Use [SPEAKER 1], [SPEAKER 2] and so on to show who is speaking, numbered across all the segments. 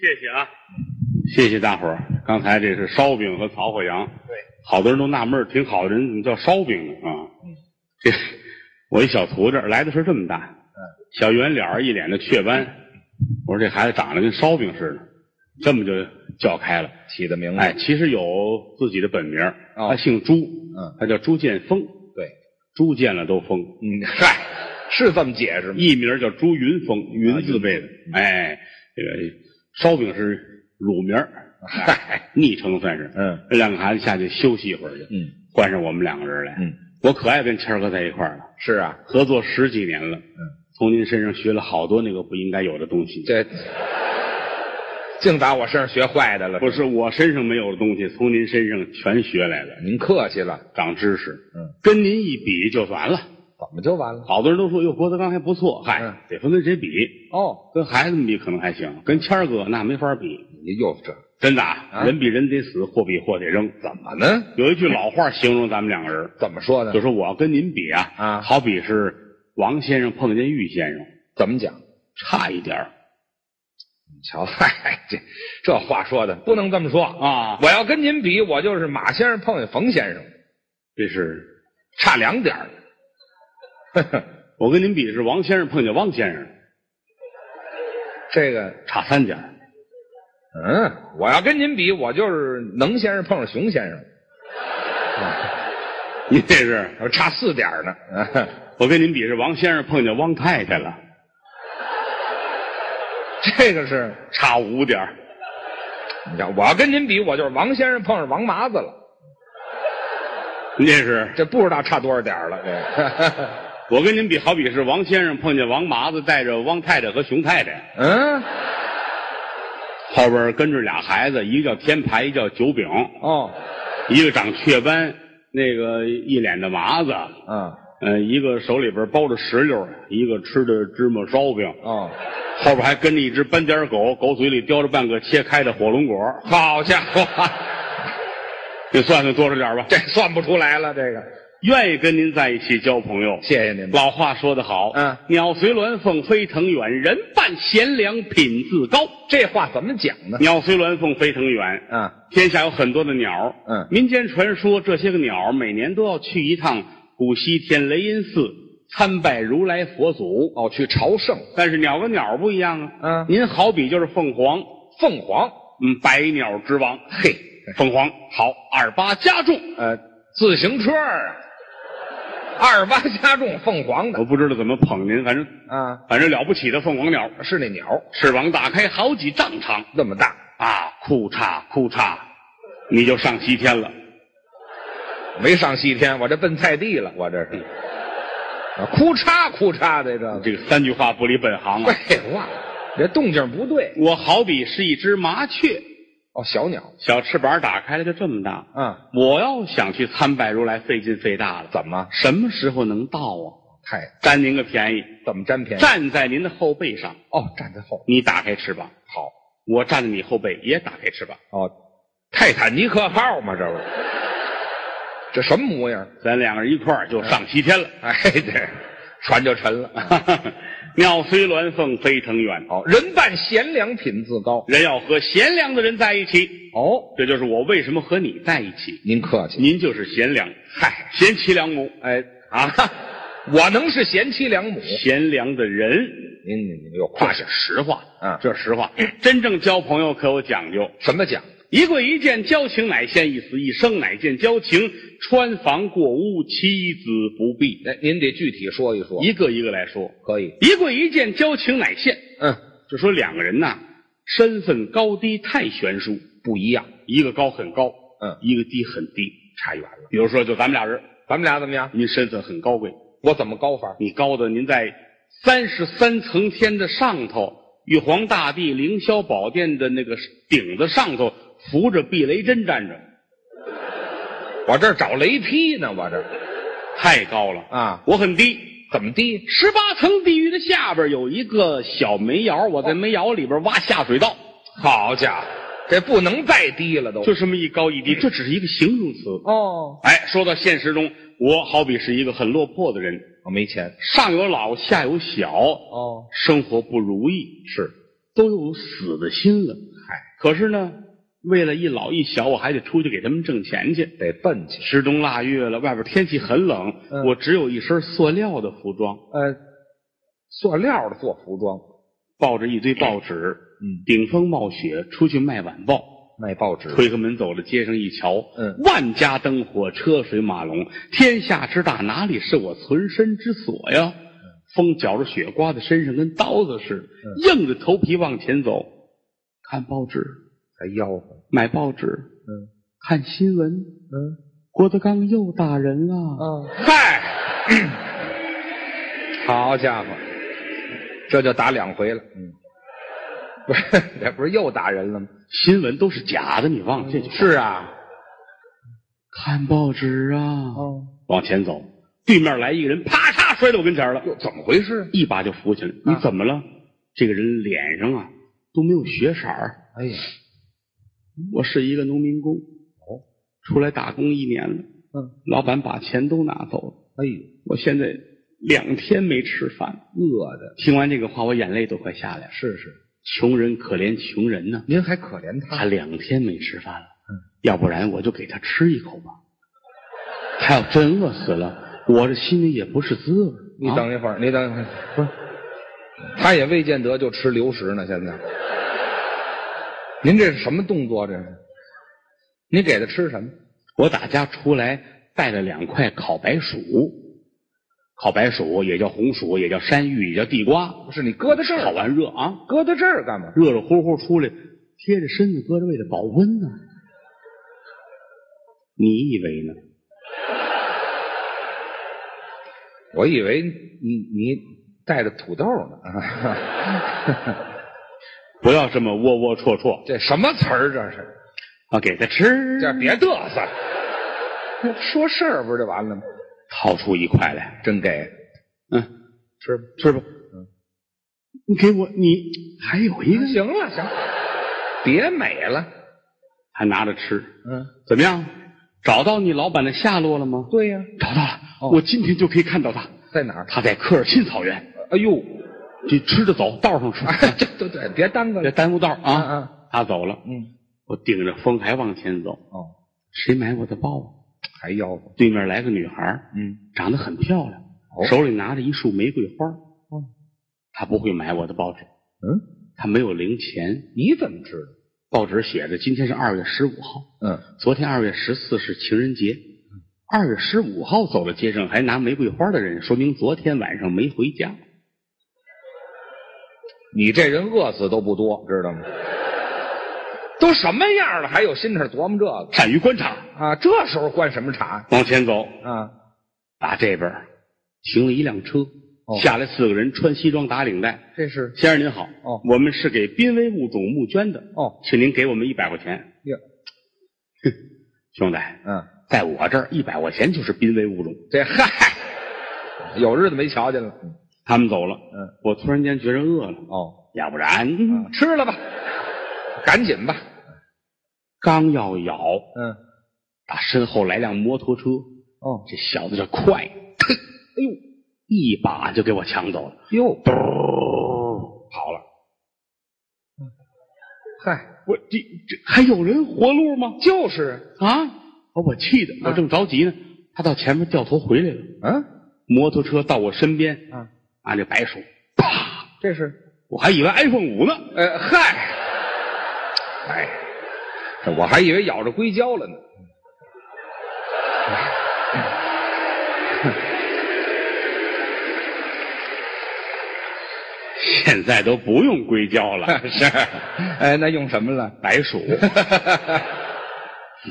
[SPEAKER 1] 谢谢啊，谢谢大伙儿。刚才这是烧饼和曹火羊，
[SPEAKER 2] 对，
[SPEAKER 1] 好多人都纳闷儿，挺好的人怎么叫烧饼呢？啊，这我一小徒弟来的时候这么大，小圆脸儿一脸的雀斑，我说这孩子长得跟烧饼似的，这么就叫开了。
[SPEAKER 2] 起的名字，
[SPEAKER 1] 哎，其实有自己的本名儿，
[SPEAKER 2] 嗯哦
[SPEAKER 1] 他姓朱，
[SPEAKER 2] 嗯，
[SPEAKER 1] 他叫朱建峰，
[SPEAKER 2] 对，
[SPEAKER 1] 朱见了都疯，
[SPEAKER 2] 嗯，嗨，是这么解释吗？
[SPEAKER 1] 艺名叫朱云
[SPEAKER 2] 啊
[SPEAKER 1] 峰，云字辈的。哎，这个烧饼是乳名儿，
[SPEAKER 2] 嗨，
[SPEAKER 1] 昵称算是。
[SPEAKER 2] 嗯
[SPEAKER 1] 这两个孩子下去休息一会儿去，
[SPEAKER 2] 嗯
[SPEAKER 1] 换上我们两个人来。
[SPEAKER 2] 嗯，
[SPEAKER 1] 我可爱跟谦儿哥在一块儿了，
[SPEAKER 2] 是啊，
[SPEAKER 1] 合作十几年了。嗯，从您身上学了好多那个不应该有的东西。
[SPEAKER 2] 这净打我身上学坏的了。
[SPEAKER 1] 不是我身上没有的东西，从您身上全学来了，
[SPEAKER 2] 您客气了，
[SPEAKER 1] 长知识。
[SPEAKER 2] 嗯，
[SPEAKER 1] 跟您一比就完了。
[SPEAKER 2] 怎么就完了？
[SPEAKER 1] 好多人都说，哟，郭德纲还不错。嗨，
[SPEAKER 2] 嗯
[SPEAKER 1] 得分跟谁比，
[SPEAKER 2] 哦，
[SPEAKER 1] 跟孩子们比可能还行，跟谦儿哥那没法比。
[SPEAKER 2] 你又这
[SPEAKER 1] 真的啊，
[SPEAKER 2] 啊
[SPEAKER 1] 人比人得死，货比货得扔。怎
[SPEAKER 2] 怎么？呢？
[SPEAKER 1] 有一句老话形容咱们两个人，
[SPEAKER 2] 怎么说呢
[SPEAKER 1] 就？说我要跟您嗯比啊，
[SPEAKER 2] 啊
[SPEAKER 1] 好比是王先生碰见玉先生，
[SPEAKER 2] 怎么讲？
[SPEAKER 1] 差一点儿
[SPEAKER 2] 你瞧， 嗨，这这话说的不能这么说啊！
[SPEAKER 1] 啊，
[SPEAKER 2] 我要跟您比，我就是马先生碰见冯先生，
[SPEAKER 1] 这是
[SPEAKER 2] 差两点儿。
[SPEAKER 1] 我跟您比是王先生碰见汪先生，
[SPEAKER 2] 这个，
[SPEAKER 1] 差三点儿
[SPEAKER 2] 嗯，我要跟您比，我就是能先生碰上熊先生，
[SPEAKER 1] 您这是
[SPEAKER 2] 我差四点儿呢。
[SPEAKER 1] 我跟您比是王先生碰见汪太太了，
[SPEAKER 2] 这个是，
[SPEAKER 1] 差五点儿
[SPEAKER 2] 你瞧，我要跟您比，我就是王先生碰上王麻子了，
[SPEAKER 1] 您这是
[SPEAKER 2] 这不知道差多少点儿了。这，
[SPEAKER 1] 我跟您比，好比是王先生碰见王麻子带着汪太太和熊太太，
[SPEAKER 2] 嗯，
[SPEAKER 1] 后边跟着俩孩子，一个叫天牌，一个叫九饼。
[SPEAKER 2] 哦，
[SPEAKER 1] 一个长雀斑，那个一脸的麻子，
[SPEAKER 2] 嗯，
[SPEAKER 1] 呃，一个手里边包着石榴，一个吃的芝麻烧饼，
[SPEAKER 2] 哦，
[SPEAKER 1] 后边还跟着一只斑点狗，狗嘴里叼着半个切开的火龙果，
[SPEAKER 2] 好家伙，
[SPEAKER 1] 你算算多少点儿吧？
[SPEAKER 2] 这算不出来了。这个，
[SPEAKER 1] 愿意跟您在一起交朋友。
[SPEAKER 2] 谢谢您。
[SPEAKER 1] 老话说得好，
[SPEAKER 2] 嗯
[SPEAKER 1] 鸟随鸾凤飞腾远，人伴贤良品自 高。
[SPEAKER 2] 这话怎么讲呢？
[SPEAKER 1] 鸟随鸾凤飞腾远，
[SPEAKER 2] 啊，
[SPEAKER 1] 天下有很多的鸟，
[SPEAKER 2] 嗯
[SPEAKER 1] 民间传说这些个鸟每年都要去一趟古西天雷音寺参拜如来佛祖。
[SPEAKER 2] 哦，去朝圣，
[SPEAKER 1] 但是鸟跟鸟不一样啊，
[SPEAKER 2] 嗯
[SPEAKER 1] 您好比就是凤凰，
[SPEAKER 2] 凤凰，
[SPEAKER 1] 嗯，百鸟之王，
[SPEAKER 2] 嘿，
[SPEAKER 1] 凤凰好，二八加重，
[SPEAKER 2] 呃，自行车儿啊，二八加重凤凰的
[SPEAKER 1] 我不知道怎么捧您，反正
[SPEAKER 2] 啊，
[SPEAKER 1] 反正了不起的凤凰鸟，
[SPEAKER 2] 是那鸟
[SPEAKER 1] 翅膀打开好几丈长
[SPEAKER 2] 那么大，
[SPEAKER 1] 啊，裤衩裤衩，你就上西天了。
[SPEAKER 2] 没上西天，我这奔菜地了，我这是，啊，哭嚓哭嚓的这个，
[SPEAKER 1] 这个三句话不离本 行啊。
[SPEAKER 2] 废话，这动静不对
[SPEAKER 1] 我好比是一只麻雀，
[SPEAKER 2] 哦，小鸟
[SPEAKER 1] 小翅膀打开了就这么大。
[SPEAKER 2] 啊，
[SPEAKER 1] 我要想去参拜如来，费劲费大了，
[SPEAKER 2] 怎么
[SPEAKER 1] 什么时候能到啊？
[SPEAKER 2] 太
[SPEAKER 1] 占您个便宜，
[SPEAKER 2] 怎么占便宜？
[SPEAKER 1] 站在您的后背上，
[SPEAKER 2] 哦，站在后
[SPEAKER 1] 你打开翅膀，
[SPEAKER 2] 好
[SPEAKER 1] 我站在你后背也打开翅膀，
[SPEAKER 2] 哦，泰坦尼克号嘛，这不是，这什么模样？
[SPEAKER 1] 咱两个人一块儿就上西天了。
[SPEAKER 2] 哎，对，船就沉了。
[SPEAKER 1] 鸟虽鸾凤飞腾远，
[SPEAKER 2] 好，人伴贤良，品自高。
[SPEAKER 1] 人要和贤良的人在一起，
[SPEAKER 2] 哦，
[SPEAKER 1] 这就是我为什么和你在一起。
[SPEAKER 2] 您客气。
[SPEAKER 1] 您就是贤良，
[SPEAKER 2] 嗨，
[SPEAKER 1] 贤妻良母
[SPEAKER 2] 哎，
[SPEAKER 1] 啊，
[SPEAKER 2] 我能是贤妻良母？
[SPEAKER 1] 贤良的人，
[SPEAKER 2] 您您您又
[SPEAKER 1] 这
[SPEAKER 2] 夸
[SPEAKER 1] 是
[SPEAKER 2] 下
[SPEAKER 1] 实话，
[SPEAKER 2] 嗯
[SPEAKER 1] 这是实话。真正交朋友可有讲究，
[SPEAKER 2] 什么讲？
[SPEAKER 1] 一跪一见交情乃现，一死一生乃见交情。穿房过屋，妻子不避。
[SPEAKER 2] 哎，您得具体说一说。
[SPEAKER 1] 一个一个来说，
[SPEAKER 2] 可以，
[SPEAKER 1] 一跪一见交情乃现，
[SPEAKER 2] 嗯，
[SPEAKER 1] 就说两个人呐，身份高低太悬殊，
[SPEAKER 2] 不一样，
[SPEAKER 1] 一个高很高，
[SPEAKER 2] 嗯
[SPEAKER 1] 一个低很低。
[SPEAKER 2] 差远了。
[SPEAKER 1] 比如说，就咱们俩人，
[SPEAKER 2] 咱们俩怎么样？
[SPEAKER 1] 您身份很高贵，
[SPEAKER 2] 我怎么高法？
[SPEAKER 1] 你高的您在三十三层天的上头，玉皇大帝凌霄宝殿的那个顶子上头，扶着避雷针站着，
[SPEAKER 2] 我这儿找雷劈呢，我这儿
[SPEAKER 1] 太高了！
[SPEAKER 2] 啊，
[SPEAKER 1] 我很低，
[SPEAKER 2] 怎么低？
[SPEAKER 1] 十八层地狱的下边有一个小煤窑，我在煤窑里边挖下水道，
[SPEAKER 2] 好家伙，这不能再低了都。
[SPEAKER 1] 就这么一高一低，这只是一个形容词。
[SPEAKER 2] 哦，
[SPEAKER 1] 哎，说到现实中，我好比是一个很落魄的人，
[SPEAKER 2] 我没钱。
[SPEAKER 1] 上有老，下有小，
[SPEAKER 2] 哦，
[SPEAKER 1] 生活不如意，
[SPEAKER 2] 是
[SPEAKER 1] 都有死的心了。哎可是呢，为了一老一小，我还得出去给他们挣钱去。
[SPEAKER 2] 得奔去。
[SPEAKER 1] 十冬腊月了，外边天气很冷，
[SPEAKER 2] 嗯
[SPEAKER 1] 我只有一身塑料的服装，
[SPEAKER 2] 呃，塑料的做服装，
[SPEAKER 1] 抱着一堆报纸，
[SPEAKER 2] 嗯，
[SPEAKER 1] 顶风冒雪出去卖晚报。
[SPEAKER 2] 卖报纸，
[SPEAKER 1] 推开门走到街上一瞧，
[SPEAKER 2] 嗯
[SPEAKER 1] 万家灯火，车水马龙，天下之大，哪里是我存身之所呀？
[SPEAKER 2] 嗯
[SPEAKER 1] 风搅着雪刮在身上，跟刀子似的，硬着头皮往前走，看报纸，
[SPEAKER 2] 还吆喝，
[SPEAKER 1] 买报纸，
[SPEAKER 2] 嗯，
[SPEAKER 1] 看新闻，
[SPEAKER 2] 嗯
[SPEAKER 1] 郭德纲又打人了。
[SPEAKER 2] 啊，
[SPEAKER 1] 嗨，
[SPEAKER 2] 好家伙，这就打两回了，嗯，不是， 这不是又打人了吗？
[SPEAKER 1] 新闻都是假的，你忘了这就。
[SPEAKER 2] 是啊，
[SPEAKER 1] 看报纸啊，
[SPEAKER 2] 哦，
[SPEAKER 1] 往前走，对面来一个人，啪嚓摔到我跟前儿了，
[SPEAKER 2] 又怎么回事？
[SPEAKER 1] 一把就扶起来。
[SPEAKER 2] 啊
[SPEAKER 1] 你怎么了？这个人脸上啊都没有血色儿。
[SPEAKER 2] 哎呀，
[SPEAKER 1] 我是一个农民工，
[SPEAKER 2] 嗯哦，
[SPEAKER 1] 出来打工一年了，
[SPEAKER 2] 嗯，
[SPEAKER 1] 老板把钱都拿走了，
[SPEAKER 2] 哎呦，
[SPEAKER 1] 我现在两天没吃饭。
[SPEAKER 2] 饿的，
[SPEAKER 1] 听完这个话，我眼泪都快下来了。
[SPEAKER 2] 是是，啊
[SPEAKER 1] 穷人可怜穷人呢、
[SPEAKER 2] 您还可怜
[SPEAKER 1] 他
[SPEAKER 2] 他，
[SPEAKER 1] 两天没吃饭了，
[SPEAKER 2] 嗯
[SPEAKER 1] 要不然我就给他吃一口吧。他要真饿死了，我这心里也不是滋味。
[SPEAKER 2] 你
[SPEAKER 1] 啊
[SPEAKER 2] 等一会儿，你等一会儿，不是，他也未见得就吃流食呢，现在。您这是什么动作？这是？你给他吃什么？
[SPEAKER 1] 我打家出来带了两块烤白薯，烤白薯也叫红薯，也叫山芋，也叫地瓜。
[SPEAKER 2] 不是你搁在这
[SPEAKER 1] 烤
[SPEAKER 2] 儿，
[SPEAKER 1] 完热啊，
[SPEAKER 2] 搁在这儿干嘛？
[SPEAKER 1] 热热乎乎出来，贴着身子搁着，为了保温呢、你以为呢？
[SPEAKER 2] 我以为你你带着土豆呢，啊
[SPEAKER 1] 不要这么窝窝戳戳
[SPEAKER 2] 这什么词儿这是？
[SPEAKER 1] 啊！给他吃，
[SPEAKER 2] 这别嘚瑟，说事儿不是就完了吗？
[SPEAKER 1] 掏出一块来，
[SPEAKER 2] 真给
[SPEAKER 1] 嗯，
[SPEAKER 2] 吃吧。
[SPEAKER 1] 吃吧。
[SPEAKER 2] 嗯
[SPEAKER 1] 你给我，你还有一个，
[SPEAKER 2] 行了行了，别美了。
[SPEAKER 1] 还拿着吃，
[SPEAKER 2] 嗯，
[SPEAKER 1] 怎么样？找到你老板的下落了吗？
[SPEAKER 2] 对呀、
[SPEAKER 1] 找到了，
[SPEAKER 2] 哦
[SPEAKER 1] 我今天就可以看到他。
[SPEAKER 2] 在哪儿？
[SPEAKER 1] 他在科尔沁草原，
[SPEAKER 2] 哎呦，
[SPEAKER 1] 这吃着走，道上吃，
[SPEAKER 2] 哎，这对对，别耽搁
[SPEAKER 1] 别
[SPEAKER 2] 了。
[SPEAKER 1] 耽误道
[SPEAKER 2] 啊
[SPEAKER 1] 啊。
[SPEAKER 2] 啊，
[SPEAKER 1] 他走了，
[SPEAKER 2] 嗯，
[SPEAKER 1] 我顶着风还往前走，
[SPEAKER 2] 哦，
[SPEAKER 1] 谁买我的包啊？
[SPEAKER 2] 还吆喝，
[SPEAKER 1] 对面来个女孩，
[SPEAKER 2] 嗯，
[SPEAKER 1] 长得很漂亮，
[SPEAKER 2] 哦
[SPEAKER 1] 手里拿着一束玫瑰花。
[SPEAKER 2] 哦，
[SPEAKER 1] 她不会买我的报纸，
[SPEAKER 2] 嗯，
[SPEAKER 1] 她没有零钱。
[SPEAKER 2] 你怎么知道？
[SPEAKER 1] 报纸写着今天是二月十五号，
[SPEAKER 2] 嗯，
[SPEAKER 1] 昨天二月十四是情人节，二月十五号走到街上还拿玫瑰花的人，说明昨天晚上没回家。
[SPEAKER 2] 你这人饿死都不多，知道吗？ 都什么样了，还有心思琢磨这个
[SPEAKER 1] 善于观察，
[SPEAKER 2] 啊？这时候灌什么茶
[SPEAKER 1] 往前走，
[SPEAKER 2] 啊？
[SPEAKER 1] 打这边儿停了一辆车，
[SPEAKER 2] 哦
[SPEAKER 1] 下来四个人，穿西装打领带。
[SPEAKER 2] 这是
[SPEAKER 1] 先生您好，
[SPEAKER 2] 哦
[SPEAKER 1] 我们是给濒危物种募捐的，
[SPEAKER 2] 哦，
[SPEAKER 1] 请您给我们一百块钱。
[SPEAKER 2] 哟，
[SPEAKER 1] 兄弟，
[SPEAKER 2] 嗯，
[SPEAKER 1] 在我这儿一百块钱就是濒危物种。
[SPEAKER 2] 这嗨，有日子没瞧见了。嗯
[SPEAKER 1] 他们走了，
[SPEAKER 2] 嗯，
[SPEAKER 1] 我突然间觉着饿了，
[SPEAKER 2] 哦，
[SPEAKER 1] 要不然、
[SPEAKER 2] 啊吃了吧，赶紧吧。
[SPEAKER 1] 刚要咬，
[SPEAKER 2] 嗯，
[SPEAKER 1] 打身后来辆摩托车，
[SPEAKER 2] 哦，
[SPEAKER 1] 这小子这快，
[SPEAKER 2] 哎呦
[SPEAKER 1] 一把就给我抢走了，
[SPEAKER 2] 哟，
[SPEAKER 1] 嘟
[SPEAKER 2] 哦
[SPEAKER 1] 儿跑了。
[SPEAKER 2] 嗨，
[SPEAKER 1] 我这这还有人活路吗？
[SPEAKER 2] 就是，
[SPEAKER 1] 啊！把我气的，
[SPEAKER 2] 啊
[SPEAKER 1] 我正着急呢，他到前面掉头回来了，
[SPEAKER 2] 嗯
[SPEAKER 1] 摩托车到我身边，
[SPEAKER 2] 啊，
[SPEAKER 1] 拿这白手，啪！
[SPEAKER 2] 这是。
[SPEAKER 1] 我还以为 iPhone 五呢，
[SPEAKER 2] 呃，嗨，哎，我还以为咬着硅胶了呢。
[SPEAKER 1] 现在都不用硅胶了，
[SPEAKER 2] 是， 哎，那用什么了？
[SPEAKER 1] 白鼠。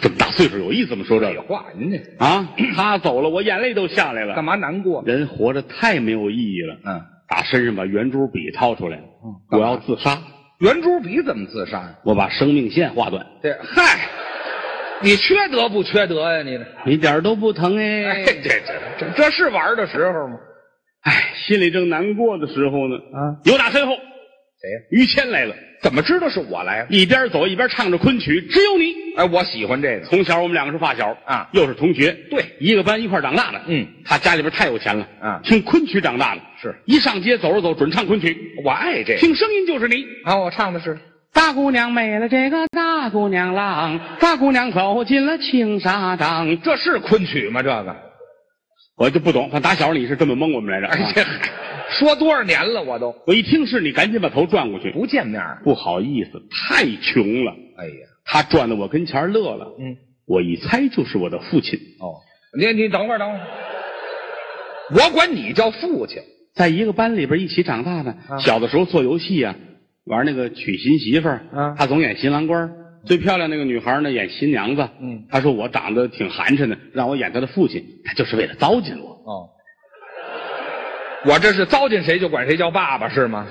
[SPEAKER 1] 这么大岁数有意思吗？说这
[SPEAKER 2] 废
[SPEAKER 1] 个
[SPEAKER 2] 话，您这
[SPEAKER 1] 啊，他走了，我眼泪都下来
[SPEAKER 2] 干
[SPEAKER 1] 了。
[SPEAKER 2] 嘛难过？
[SPEAKER 1] 人活着太没有意义了。
[SPEAKER 2] 嗯，
[SPEAKER 1] 打身上把圆珠笔掏出来，
[SPEAKER 2] 嗯
[SPEAKER 1] 我要自杀，
[SPEAKER 2] 圆珠笔怎么自杀呀？
[SPEAKER 1] 我把生命线划断，
[SPEAKER 2] 这嗨， 你缺德不缺德呀、你这，
[SPEAKER 1] 一点儿都不疼
[SPEAKER 2] 哎，
[SPEAKER 1] 哎。
[SPEAKER 2] 这这这这是玩的时候吗？
[SPEAKER 1] 哎，心里正难过的时候呢，
[SPEAKER 2] 啊，
[SPEAKER 1] 有打身后，
[SPEAKER 2] 谁呀、
[SPEAKER 1] 于谦来了，
[SPEAKER 2] 怎么知道是我来了？啊
[SPEAKER 1] 一边走一边唱着昆曲，只有你。
[SPEAKER 2] 哎，我喜欢这个。
[SPEAKER 1] 从小我们两个是发小
[SPEAKER 2] 啊
[SPEAKER 1] 又是同学，
[SPEAKER 2] 对，
[SPEAKER 1] 一个班一块儿长大的。
[SPEAKER 2] 嗯，
[SPEAKER 1] 他家里边太有钱了，
[SPEAKER 2] 啊
[SPEAKER 1] 听昆曲长大的，
[SPEAKER 2] 是
[SPEAKER 1] 一上街走着走，准唱昆曲，
[SPEAKER 2] 我爱这个。
[SPEAKER 1] 听声音就是你。
[SPEAKER 2] 啊，我唱的是
[SPEAKER 1] 大姑娘美了这个大姑娘浪，大姑娘走进了青纱帐。
[SPEAKER 2] 这是昆曲吗？这个，
[SPEAKER 1] 我就不懂，他打小你是这么蒙我们来着。
[SPEAKER 2] 哎这说多少年了，我都
[SPEAKER 1] 我一听是你，赶紧把头转过去。
[SPEAKER 2] 不见面儿。
[SPEAKER 1] 不好意思，太穷了。
[SPEAKER 2] 哎呀，
[SPEAKER 1] 他转到我跟前儿乐了。
[SPEAKER 2] 嗯，
[SPEAKER 1] 我一猜就是我的父亲。
[SPEAKER 2] 哦，你你等会儿，等会儿，我管你叫父亲。
[SPEAKER 1] 在一个班里边一起长大的，
[SPEAKER 2] 啊
[SPEAKER 1] 小的时候做游戏啊，玩那个娶新媳妇儿，
[SPEAKER 2] 啊
[SPEAKER 1] 他总演新郎官儿，最漂亮那个女孩呢演新娘子，
[SPEAKER 2] 嗯，
[SPEAKER 1] 他说我长得挺寒碜的，让我演他的父亲，他就是为了糟践我。
[SPEAKER 2] 哦，我这是糟践谁就管谁叫爸爸是吗？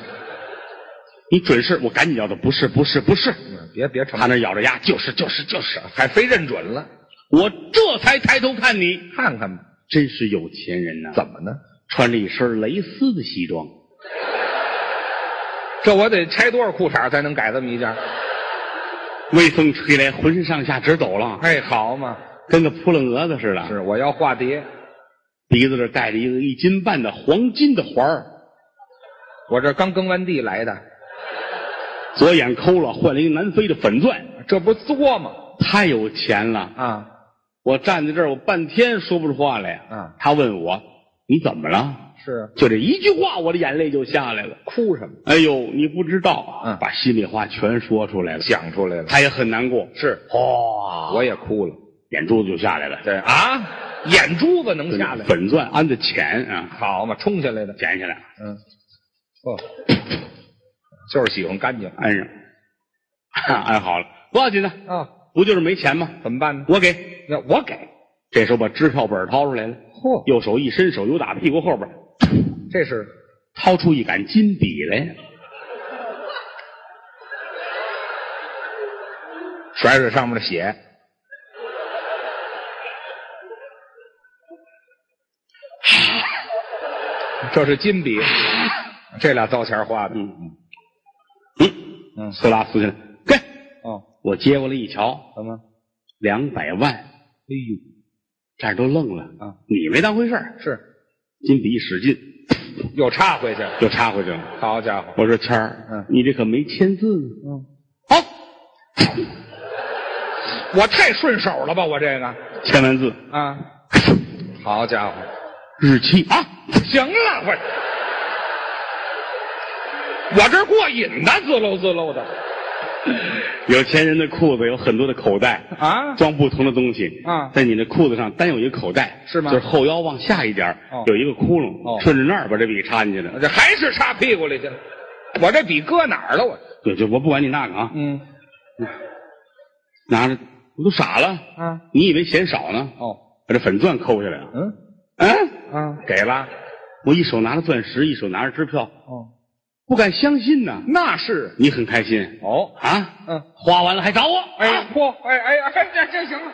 [SPEAKER 1] 你准是，我赶紧要的不是不是不是，
[SPEAKER 2] 嗯，别别成
[SPEAKER 1] 他，那咬着牙就是就是就是，
[SPEAKER 2] 还非认准了，
[SPEAKER 1] 我这才抬头看你，
[SPEAKER 2] 看看吧，
[SPEAKER 1] 真是有钱人呐、
[SPEAKER 2] 怎么呢？
[SPEAKER 1] 穿着一身蕾丝的西装，
[SPEAKER 2] 这我得拆多少裤衩才能改这么一件？
[SPEAKER 1] 微风吹来，浑身上下直抖了，
[SPEAKER 2] 哎，好嘛，
[SPEAKER 1] 跟个扑棱蛾子似的。
[SPEAKER 2] 是我要化蝶，
[SPEAKER 1] 鼻子这儿戴着一个一斤半的黄金的环儿。
[SPEAKER 2] 我这刚耕完地来的，
[SPEAKER 1] 左眼抠了，换了一个南非的粉钻，
[SPEAKER 2] 这不作吗？
[SPEAKER 1] 太有钱了。
[SPEAKER 2] 啊，
[SPEAKER 1] 我站在这儿，我半天说不出话来呀。
[SPEAKER 2] 嗯
[SPEAKER 1] 他问我你怎么了？
[SPEAKER 2] 是
[SPEAKER 1] 就这一句话，我的眼泪就下来了。
[SPEAKER 2] 哭什么？
[SPEAKER 1] 哎呦，你不知道啊，
[SPEAKER 2] 嗯
[SPEAKER 1] 把心里话全说出来了。
[SPEAKER 2] 讲出来了，
[SPEAKER 1] 他也很难过，
[SPEAKER 2] 是，
[SPEAKER 1] 哗、
[SPEAKER 2] 我也哭了。
[SPEAKER 1] 眼珠子就下来了。
[SPEAKER 2] 对啊，眼珠子能
[SPEAKER 1] 就
[SPEAKER 2] 下
[SPEAKER 1] 那
[SPEAKER 2] 来，
[SPEAKER 1] 粉钻安的浅啊，
[SPEAKER 2] 好嘛，冲下来的，
[SPEAKER 1] 捡起来，
[SPEAKER 2] 嗯，哦， 就是喜欢干净
[SPEAKER 1] 安上， 安好了，不要紧的，
[SPEAKER 2] 啊，
[SPEAKER 1] 不就是没钱吗？
[SPEAKER 2] 怎么办呢？
[SPEAKER 1] 我给。
[SPEAKER 2] 那我给，
[SPEAKER 1] 这时候把支票本掏出来了，
[SPEAKER 2] 嚯，
[SPEAKER 1] 右手一伸手，又打屁股后边，
[SPEAKER 2] 这是
[SPEAKER 1] 掏出一杆金笔来，
[SPEAKER 2] 甩甩上面的血，这是金笔，这俩糟钱花的。
[SPEAKER 1] 嗯嗯
[SPEAKER 2] 嗯
[SPEAKER 1] 撕拉撕下来，给
[SPEAKER 2] 哦，
[SPEAKER 1] 我接过来一瞧，
[SPEAKER 2] 怎么？
[SPEAKER 1] 两百万，
[SPEAKER 2] 哎呦，
[SPEAKER 1] 这儿都愣了
[SPEAKER 2] 啊！
[SPEAKER 1] 你没当回事儿，
[SPEAKER 2] 是
[SPEAKER 1] 金笔一使劲
[SPEAKER 2] 又插回去，
[SPEAKER 1] 就插回去了。
[SPEAKER 2] 好家伙，
[SPEAKER 1] 我说谦儿，
[SPEAKER 2] 嗯
[SPEAKER 1] 你这可没签字呢。
[SPEAKER 2] 嗯，
[SPEAKER 1] 好，
[SPEAKER 2] 我太顺手了吧，我这个
[SPEAKER 1] 签完字，
[SPEAKER 2] 啊，好家伙，
[SPEAKER 1] 日期啊，
[SPEAKER 2] 行了，我我这儿过瘾呢，滋溜滋溜的
[SPEAKER 1] 有钱人的裤子有很多的口袋。
[SPEAKER 2] 啊，
[SPEAKER 1] 装不同的东西
[SPEAKER 2] 啊
[SPEAKER 1] 在你的裤子上单有一个口袋，
[SPEAKER 2] 是吗
[SPEAKER 1] 就是后腰往下一点儿
[SPEAKER 2] 哦
[SPEAKER 1] 有一个窟窿，
[SPEAKER 2] 哦呃
[SPEAKER 1] 顺着那儿把这笔插进去的。
[SPEAKER 2] 这还是插屁股里去了。我这笔搁哪儿了？我
[SPEAKER 1] 对，就我不管你那个啊，
[SPEAKER 2] 嗯
[SPEAKER 1] 拿着我都傻了，
[SPEAKER 2] 啊
[SPEAKER 1] 你以为嫌少呢？
[SPEAKER 2] 哦
[SPEAKER 1] 把这粉钻抠下来了。
[SPEAKER 2] 嗯
[SPEAKER 1] 嗯，
[SPEAKER 2] 啊
[SPEAKER 1] 给了。我一手拿着钻石，一手拿着支票，
[SPEAKER 2] 哦，
[SPEAKER 1] 不敢相信呐。
[SPEAKER 2] 那是
[SPEAKER 1] 你很开心
[SPEAKER 2] 哦
[SPEAKER 1] 啊？
[SPEAKER 2] 嗯，
[SPEAKER 1] 花完了还找我？
[SPEAKER 2] 哎呀嚯哎哎呀哎这这行了，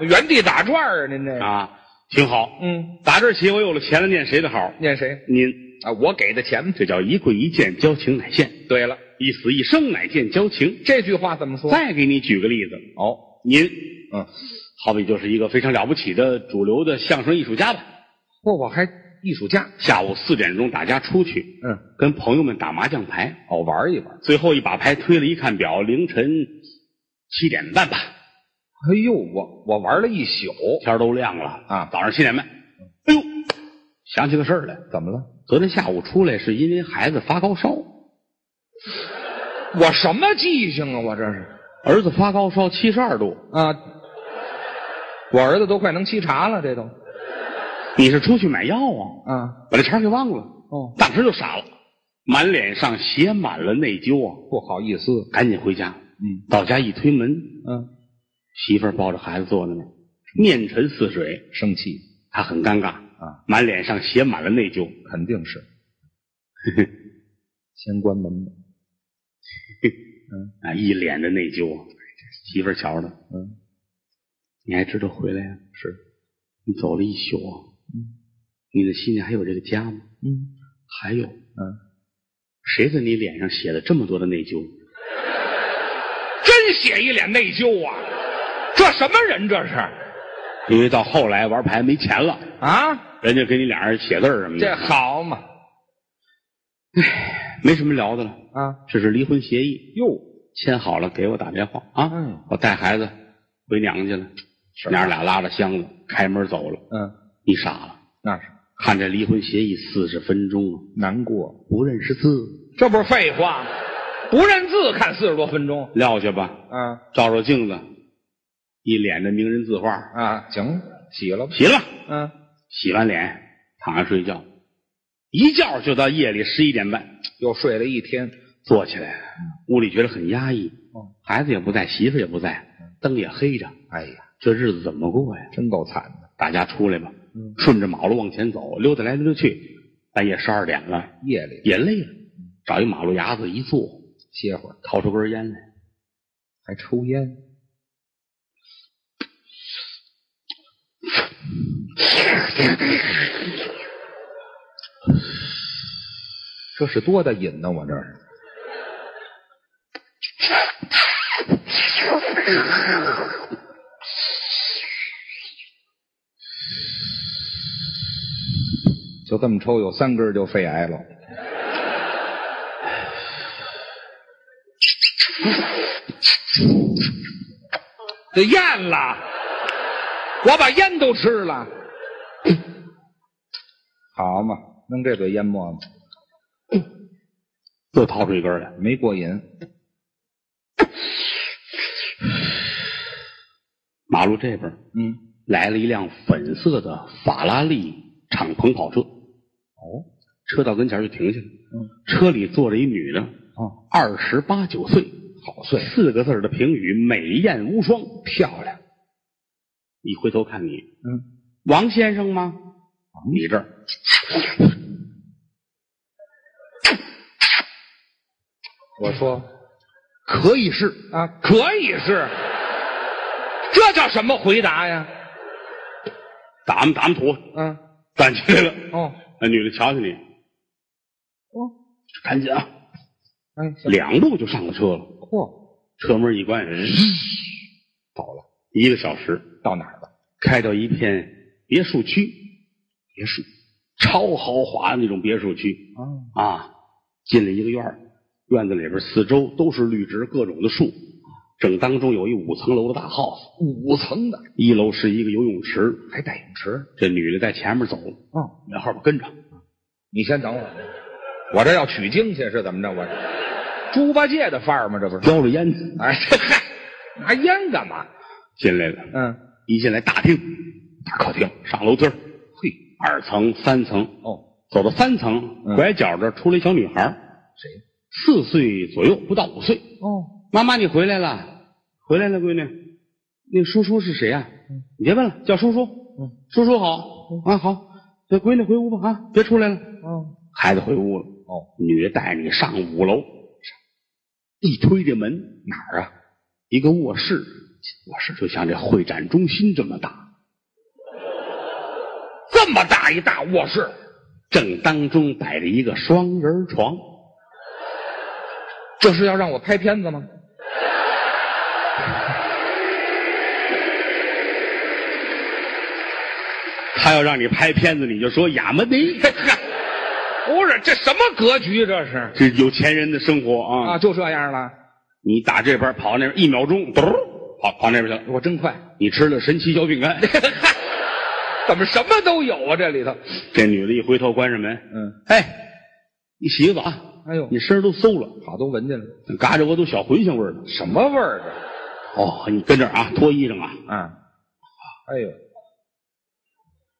[SPEAKER 2] 原地打转儿啊您这
[SPEAKER 1] 啊啊，挺好。
[SPEAKER 2] 嗯
[SPEAKER 1] 打这起，我有了钱了，念谁的好？
[SPEAKER 2] 念谁
[SPEAKER 1] 您
[SPEAKER 2] 啊？我给的钱。
[SPEAKER 1] 这叫一跪一见，交情乃现；
[SPEAKER 2] 对了，
[SPEAKER 1] 一死一生，乃见交情。
[SPEAKER 2] 这句话怎么说？
[SPEAKER 1] 再给你举个例子，
[SPEAKER 2] 哦
[SPEAKER 1] 您
[SPEAKER 2] 嗯，
[SPEAKER 1] 好比就是一个非常了不起的主流的相声艺术家吧。
[SPEAKER 2] 嚯我还艺术家
[SPEAKER 1] 下午四点钟大家出去，
[SPEAKER 2] 嗯
[SPEAKER 1] 跟朋友们打麻将牌，
[SPEAKER 2] 哦玩一玩。
[SPEAKER 1] 最后一把牌推了一看表，凌晨七点半吧，
[SPEAKER 2] 哎呦我我玩了一宿，
[SPEAKER 1] 天儿都亮了
[SPEAKER 2] 啊
[SPEAKER 1] 早上七点半，哎呦，想起个事儿来，
[SPEAKER 2] 怎么了？
[SPEAKER 1] 昨天下午出来是因为孩子发高烧，
[SPEAKER 2] 我什么记性啊？我这是
[SPEAKER 1] 儿子发高烧七十二度，
[SPEAKER 2] 啊，我儿子都快能沏茶了，这都
[SPEAKER 1] 你是出去买药啊？
[SPEAKER 2] 啊
[SPEAKER 1] 把这茬儿给忘了，
[SPEAKER 2] 哦，
[SPEAKER 1] 当时就傻了，满脸上写满了内疚啊，
[SPEAKER 2] 不好意思，
[SPEAKER 1] 赶紧回家，
[SPEAKER 2] 嗯
[SPEAKER 1] 到家一推门，
[SPEAKER 2] 嗯，
[SPEAKER 1] 媳妇儿抱着孩子坐在那儿，面沉似水，
[SPEAKER 2] 生气
[SPEAKER 1] 她很尴尬
[SPEAKER 2] 啊，
[SPEAKER 1] 满脸上写满了内疚，
[SPEAKER 2] 肯定 是，先关门吧。
[SPEAKER 1] 啊，一脸的内疚啊。媳妇儿瞧着他，
[SPEAKER 2] 嗯，
[SPEAKER 1] 你还知道回来呀、啊
[SPEAKER 2] 是，
[SPEAKER 1] 你走了一宿啊，
[SPEAKER 2] 嗯
[SPEAKER 1] 你的心里还有这个家吗？
[SPEAKER 2] 嗯
[SPEAKER 1] 还有，
[SPEAKER 2] 嗯，
[SPEAKER 1] 谁在你脸上写了这么多的内疚？
[SPEAKER 2] 真写一脸内疚啊！这什么人这是
[SPEAKER 1] 因为到后来玩牌没钱了，
[SPEAKER 2] 啊？
[SPEAKER 1] 人家给你俩人写字儿什么
[SPEAKER 2] 这
[SPEAKER 1] 的，
[SPEAKER 2] 好嘛
[SPEAKER 1] 没什么聊的了。
[SPEAKER 2] 啊
[SPEAKER 1] 这是离婚协议，
[SPEAKER 2] 哟，
[SPEAKER 1] 签好了给我打电话啊，
[SPEAKER 2] 嗯
[SPEAKER 1] 我带孩子回娘家了，
[SPEAKER 2] 是
[SPEAKER 1] 娘儿俩拉着箱子开门走了，
[SPEAKER 2] 嗯，
[SPEAKER 1] 你傻了，
[SPEAKER 2] 那是
[SPEAKER 1] 看这离婚协议四十分钟啊，
[SPEAKER 2] 难过，
[SPEAKER 1] 不认识字，
[SPEAKER 2] 这不是废话吗？不认字看四十多分钟，
[SPEAKER 1] 撂下吧，
[SPEAKER 2] 啊
[SPEAKER 1] 照照镜子，一脸的名人字画，
[SPEAKER 2] 啊，行，洗了吧，
[SPEAKER 1] 洗了吧，
[SPEAKER 2] 嗯，
[SPEAKER 1] 洗完脸躺下睡觉，一觉就到夜里十一点半，
[SPEAKER 2] 又睡了一天，
[SPEAKER 1] 坐起来了，屋里觉得很压抑
[SPEAKER 2] 嗯，
[SPEAKER 1] 孩子也不在，媳妇也不在，灯也黑着，
[SPEAKER 2] 哎呀，
[SPEAKER 1] 这日子怎么过呀？
[SPEAKER 2] 真够惨的，
[SPEAKER 1] 大家出来吧
[SPEAKER 2] 嗯，
[SPEAKER 1] 顺着马路往前走，溜达来溜达去，半夜十二点了，
[SPEAKER 2] 夜里
[SPEAKER 1] 也累了，找一马路牙子一坐，
[SPEAKER 2] 歇会儿，
[SPEAKER 1] 掏出根烟来，
[SPEAKER 2] 还抽烟，这是多大瘾呢？我这是，就这么抽，有三根儿就肺癌了。这咽了，我把烟都吃了，好嘛，弄这嘴淹没了，
[SPEAKER 1] 又掏出一根来，
[SPEAKER 2] 没过瘾。
[SPEAKER 1] 马路这边
[SPEAKER 2] 嗯，
[SPEAKER 1] 来了一辆粉色的法拉利敞篷跑车，
[SPEAKER 2] 哦，
[SPEAKER 1] 车到跟前就停下了，
[SPEAKER 2] 嗯
[SPEAKER 1] 车里坐着一女的，
[SPEAKER 2] 哦，
[SPEAKER 1] 二十八九岁，
[SPEAKER 2] 好岁数，
[SPEAKER 1] 四个字儿的评语美艳无双。
[SPEAKER 2] 漂亮。
[SPEAKER 1] 一回头看你，
[SPEAKER 2] 嗯，
[SPEAKER 1] 王先生吗？你这儿
[SPEAKER 2] 我说
[SPEAKER 1] 可以是，
[SPEAKER 2] 啊，可以是，这叫什么回答呀？
[SPEAKER 1] 打们打们土，
[SPEAKER 2] 嗯，
[SPEAKER 1] 站起来了。
[SPEAKER 2] 哦，
[SPEAKER 1] 那女的瞧瞧你，
[SPEAKER 2] 哦，
[SPEAKER 1] 赶紧啊，
[SPEAKER 2] 哎，小
[SPEAKER 1] 两步就上了车了。
[SPEAKER 2] 嚯，
[SPEAKER 1] 车门一 关，日
[SPEAKER 2] 走了，
[SPEAKER 1] 一个小时，
[SPEAKER 2] 到哪儿了？
[SPEAKER 1] 开到一片别墅区，别墅，超豪华的那种别墅区
[SPEAKER 2] 啊，
[SPEAKER 1] 啊。进了一个院儿，院子里边四周都是绿植，各种的树。正当中有一五层楼的大 house，
[SPEAKER 2] 五层的，
[SPEAKER 1] 一楼是一个游泳池，
[SPEAKER 2] 还带泳池。
[SPEAKER 1] 这女的在前面走，
[SPEAKER 2] 哦，
[SPEAKER 1] 你在后边跟着。
[SPEAKER 2] 你先等会儿，我这要取经去是怎么着？我这猪八戒的范儿吗？这不是？
[SPEAKER 1] 叼着烟呢
[SPEAKER 2] 哎，这嗨，拿烟干嘛？
[SPEAKER 1] 进来了，
[SPEAKER 2] 嗯，
[SPEAKER 1] 一进来大厅，大客厅，上楼梯儿，
[SPEAKER 2] 嘿，
[SPEAKER 1] 二层、三层，
[SPEAKER 2] 哦，
[SPEAKER 1] 走到三层，
[SPEAKER 2] 嗯
[SPEAKER 1] 拐角这儿出来一小女孩儿，
[SPEAKER 2] 谁？
[SPEAKER 1] 四岁左右，不到五岁。
[SPEAKER 2] 哦，
[SPEAKER 1] 妈妈，你回来了，回来了，闺女。那叔叔是谁呀、你别问了，叫叔叔。
[SPEAKER 2] 嗯
[SPEAKER 1] 叔叔好、啊，好。这闺女回屋吧啊，别出来了。
[SPEAKER 2] 哦，
[SPEAKER 1] 孩子回屋了，
[SPEAKER 2] 哦，
[SPEAKER 1] 女的带你上五楼，一推这门，
[SPEAKER 2] 哪儿啊？
[SPEAKER 1] 一个卧室，卧室就像这会展中心这么大，
[SPEAKER 2] 这么大一大卧室，
[SPEAKER 1] 正当中摆着一个双人床。
[SPEAKER 2] 这是要让我拍片子吗？
[SPEAKER 1] 他要让你拍片子，你就说亚麻尼，
[SPEAKER 2] 不是，这什么格局？这是
[SPEAKER 1] 这有钱人的生活啊！
[SPEAKER 2] 啊，就这样了。
[SPEAKER 1] 你打这边跑那边，一秒钟，嘟儿，跑跑那边去了。
[SPEAKER 2] 我真快，
[SPEAKER 1] 你吃了神奇小饼干。哎
[SPEAKER 2] 怎么什么都有啊？这里头，
[SPEAKER 1] 这女的一回头关上门，
[SPEAKER 2] 嗯，
[SPEAKER 1] 哎，你洗个澡啊，
[SPEAKER 2] 哎呦
[SPEAKER 1] 你，身上都馊了，
[SPEAKER 2] 好都闻见了，
[SPEAKER 1] 嘎着窝都小茴香味儿了。
[SPEAKER 2] 什么味儿这？
[SPEAKER 1] 哦，你跟这儿啊，脱衣裳啊，
[SPEAKER 2] 啊，哎呦，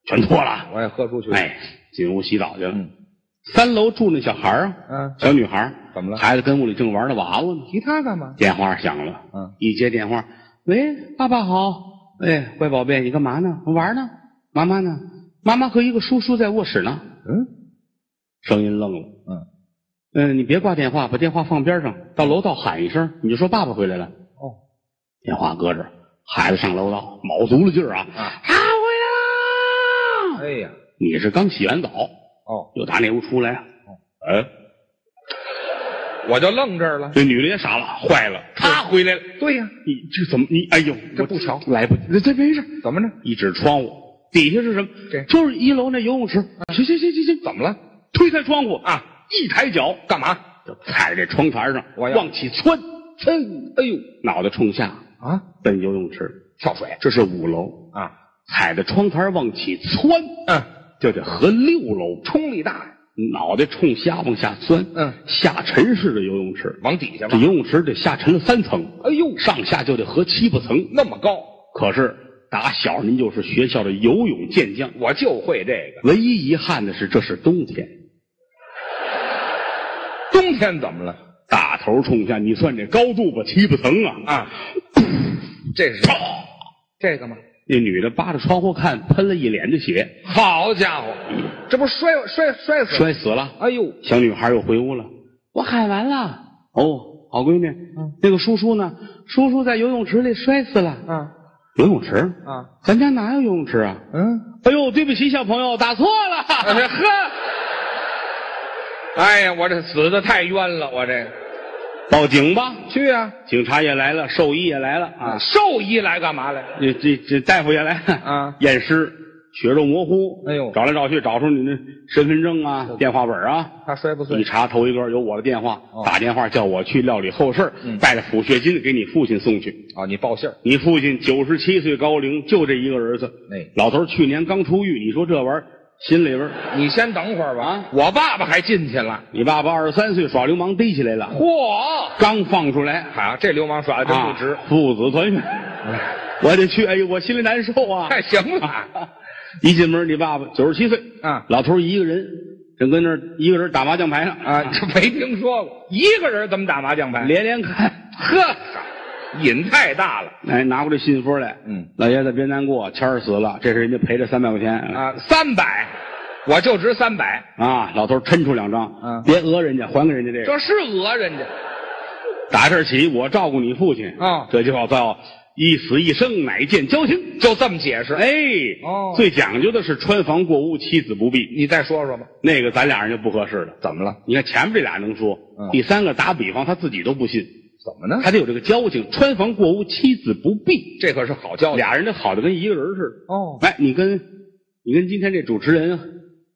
[SPEAKER 1] 全脱了啊。
[SPEAKER 2] 我也喝出去了。，
[SPEAKER 1] 哎，进屋洗澡去了。
[SPEAKER 2] 嗯
[SPEAKER 1] 三楼住那小孩儿啊，
[SPEAKER 2] 啊，
[SPEAKER 1] 小女孩儿
[SPEAKER 2] 怎么了
[SPEAKER 1] 孩子跟屋里正玩着娃娃呢。
[SPEAKER 2] 提他干嘛？
[SPEAKER 1] 电话响了，
[SPEAKER 2] 嗯，
[SPEAKER 1] 一接电话，喂，爸爸好，哎，乖宝贝，你干嘛呢？玩呢？妈妈呢？妈妈和一个叔叔在卧室呢。
[SPEAKER 2] 嗯
[SPEAKER 1] 声音愣了。
[SPEAKER 2] 嗯，
[SPEAKER 1] 嗯，你别挂电话，把电话放边上，到楼道喊一声，你就说爸爸回来了。
[SPEAKER 2] 哦，
[SPEAKER 1] 电话搁这儿，孩子上楼道，卯足了劲儿啊！
[SPEAKER 2] 啊
[SPEAKER 1] 回来啦！
[SPEAKER 2] 哎呀，
[SPEAKER 1] 你是刚洗完澡，
[SPEAKER 2] 哦，
[SPEAKER 1] 又打那屋出来啊？
[SPEAKER 2] 嗯
[SPEAKER 1] 哎，
[SPEAKER 2] 我就愣这儿了。
[SPEAKER 1] 这女的也傻了，坏了，她回来了！
[SPEAKER 2] 对呀，
[SPEAKER 1] 你这怎么？你哎呦，
[SPEAKER 2] 嗯这
[SPEAKER 1] 我
[SPEAKER 2] 不巧
[SPEAKER 1] 来不及，这没事。
[SPEAKER 2] 怎么着？
[SPEAKER 1] 一指窗户底下是什么
[SPEAKER 2] 这？
[SPEAKER 1] 就是一楼那游泳池。
[SPEAKER 2] 嗯
[SPEAKER 1] 行行行行行，
[SPEAKER 2] 怎么了？
[SPEAKER 1] 推开窗户
[SPEAKER 2] 啊，
[SPEAKER 1] 一抬脚
[SPEAKER 2] 干嘛？
[SPEAKER 1] 就踩在这窗台上，
[SPEAKER 2] 我要
[SPEAKER 1] 往起窜。
[SPEAKER 2] 噌，哎呦
[SPEAKER 1] 脑袋冲下
[SPEAKER 2] 啊，
[SPEAKER 1] 奔游泳池。
[SPEAKER 2] 跳水
[SPEAKER 1] 这是五楼，
[SPEAKER 2] 啊，
[SPEAKER 1] 踩着窗台往起窜，
[SPEAKER 2] 嗯，
[SPEAKER 1] 就得和六楼
[SPEAKER 2] 冲力大呀，
[SPEAKER 1] 脑袋冲下往下钻，
[SPEAKER 2] 嗯，
[SPEAKER 1] 下沉式的游泳池，
[SPEAKER 2] 往底下
[SPEAKER 1] 这
[SPEAKER 2] 吧。
[SPEAKER 1] 游泳池得下沉了三层，
[SPEAKER 2] 哎呦，
[SPEAKER 1] 上下就得合七八层。
[SPEAKER 2] 那么高，
[SPEAKER 1] 可是打小您就是学校的游泳健将，
[SPEAKER 2] 我就会这个。
[SPEAKER 1] 唯一遗憾的是这是冬天，
[SPEAKER 2] 冬天怎么了？
[SPEAKER 1] 大头冲下，你算这高度吧，七八层啊！
[SPEAKER 2] 啊，这是这个吗？
[SPEAKER 1] 那女的扒着窗户看，喷了一脸的血，
[SPEAKER 2] 好家伙，这不是摔摔摔死了？
[SPEAKER 1] 摔死了。
[SPEAKER 2] 哎呦，
[SPEAKER 1] 小女孩又回屋了，我喊完了。哦，好闺女，
[SPEAKER 2] 嗯
[SPEAKER 1] 那个叔叔呢？叔叔在游泳池里摔死了。
[SPEAKER 2] 啊
[SPEAKER 1] 游泳池？
[SPEAKER 2] 啊，
[SPEAKER 1] 咱家哪有游泳池啊？
[SPEAKER 2] 嗯，
[SPEAKER 1] 哎呦，对不起，小朋友，打错了。
[SPEAKER 2] 哎呵，哎呀，我这死的太冤了，我这
[SPEAKER 1] 报警吧，
[SPEAKER 2] 去啊
[SPEAKER 1] 警察也来了，兽医也来了啊，
[SPEAKER 2] 兽医来干嘛来？
[SPEAKER 1] 这这这大夫也来了
[SPEAKER 2] 啊
[SPEAKER 1] 验尸，血肉模糊。
[SPEAKER 2] 哎呦
[SPEAKER 1] 找来找去，找出你的身份证啊、电话本啊。
[SPEAKER 2] 怕摔不
[SPEAKER 1] 一。查头一个有我的电话，
[SPEAKER 2] 哦
[SPEAKER 1] 打电话叫我去料理后事儿，
[SPEAKER 2] 嗯
[SPEAKER 1] 带着抚恤金给你父亲送去。
[SPEAKER 2] 哦，你报信儿，
[SPEAKER 1] 你父亲九十七岁高龄，就这一个儿子，
[SPEAKER 2] 哎，
[SPEAKER 1] 老头儿去年刚出狱，你说这玩意儿心里边儿，
[SPEAKER 2] 你先等会儿吧。
[SPEAKER 1] 啊
[SPEAKER 2] 我爸爸还进去了。
[SPEAKER 1] 你爸爸二十三岁耍流氓逮起来了，
[SPEAKER 2] 嚯，
[SPEAKER 1] 刚放出来，
[SPEAKER 2] 好，这流氓耍的真
[SPEAKER 1] 啊
[SPEAKER 2] 不值，
[SPEAKER 1] 父子团圆，我得去，哎呦，我心里难受啊！
[SPEAKER 2] 太行了。
[SPEAKER 1] 一进门，你爸爸九十七岁，
[SPEAKER 2] 啊
[SPEAKER 1] 老头儿一个人正跟那儿一个人打麻将牌呢，
[SPEAKER 2] 啊，这没听说过，一个人怎么打麻将牌？
[SPEAKER 1] 连连看，
[SPEAKER 2] 呵，瘾太大了
[SPEAKER 1] 哎，拿过这信封来，
[SPEAKER 2] 嗯，
[SPEAKER 1] 老爷子别难过，谦儿死了，这是人家赔的三百块钱啊
[SPEAKER 2] 啊！三百，我就值三百，
[SPEAKER 1] 老头儿抻出两张，
[SPEAKER 2] 嗯
[SPEAKER 1] 别讹人家，还给人家这个。
[SPEAKER 2] 这是讹人家。
[SPEAKER 1] 打这儿起，我照顾你父亲
[SPEAKER 2] 啊
[SPEAKER 1] 这就叫一死一生，乃见交情。
[SPEAKER 2] 就这么解释。哎，
[SPEAKER 1] 哎，
[SPEAKER 2] 哦
[SPEAKER 1] 最讲究的是穿房过屋，妻子不避，
[SPEAKER 2] 你再说说吧，
[SPEAKER 1] 那个咱俩人就不合适了。
[SPEAKER 2] 怎么了？
[SPEAKER 1] 你看前面这俩能说，
[SPEAKER 2] 嗯
[SPEAKER 1] 第三个打比方他自己都不信，
[SPEAKER 2] 怎么呢？
[SPEAKER 1] 还得有这个交情。穿房过屋，妻子不避，
[SPEAKER 2] 这可是好教
[SPEAKER 1] 俩人的好的跟一个人似的。
[SPEAKER 2] 哦。
[SPEAKER 1] 哎，你跟你跟今天这主持人，啊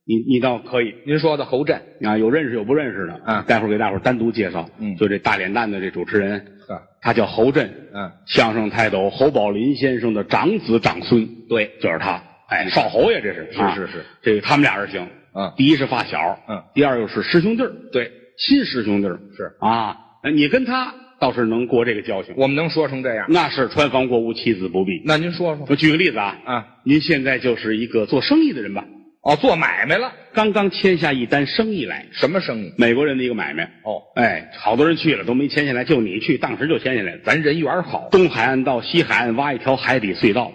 [SPEAKER 1] 你你倒可以
[SPEAKER 2] 您说的侯震，
[SPEAKER 1] 啊，有认识有不认识的
[SPEAKER 2] 嗯
[SPEAKER 1] 待会儿给大伙儿单独介绍。
[SPEAKER 2] 嗯
[SPEAKER 1] 就这大脸蛋的这主持人，
[SPEAKER 2] 啊
[SPEAKER 1] 他叫侯震，
[SPEAKER 2] 嗯，
[SPEAKER 1] 相声泰斗侯宝林先生的长子长孙，
[SPEAKER 2] 对，
[SPEAKER 1] 就是他。哎，少侯爷这是啊
[SPEAKER 2] 是是，
[SPEAKER 1] 这个他们俩人行。
[SPEAKER 2] 嗯
[SPEAKER 1] 第一是发小，
[SPEAKER 2] 嗯，
[SPEAKER 1] 第二又是师兄弟儿，
[SPEAKER 2] 对，
[SPEAKER 1] 亲师兄弟儿
[SPEAKER 2] 是
[SPEAKER 1] 啊。哎你跟他倒是能过这个交情，
[SPEAKER 2] 我们能说成这样？
[SPEAKER 1] 那是穿房过屋，妻子不避。
[SPEAKER 2] 那您说说
[SPEAKER 1] 我举个例子啊，
[SPEAKER 2] 啊？
[SPEAKER 1] 您现在就是一个做生意的人吧？
[SPEAKER 2] 哦，做买卖了，
[SPEAKER 1] 刚刚签下一单生意来，
[SPEAKER 2] 什么生意？
[SPEAKER 1] 美国人的一个买卖。
[SPEAKER 2] 哦，
[SPEAKER 1] 哎，好多人去了都没签下来，就你去，当时就签下来了。
[SPEAKER 2] 咱人缘好，
[SPEAKER 1] 东海岸到西海岸挖一条海底隧道，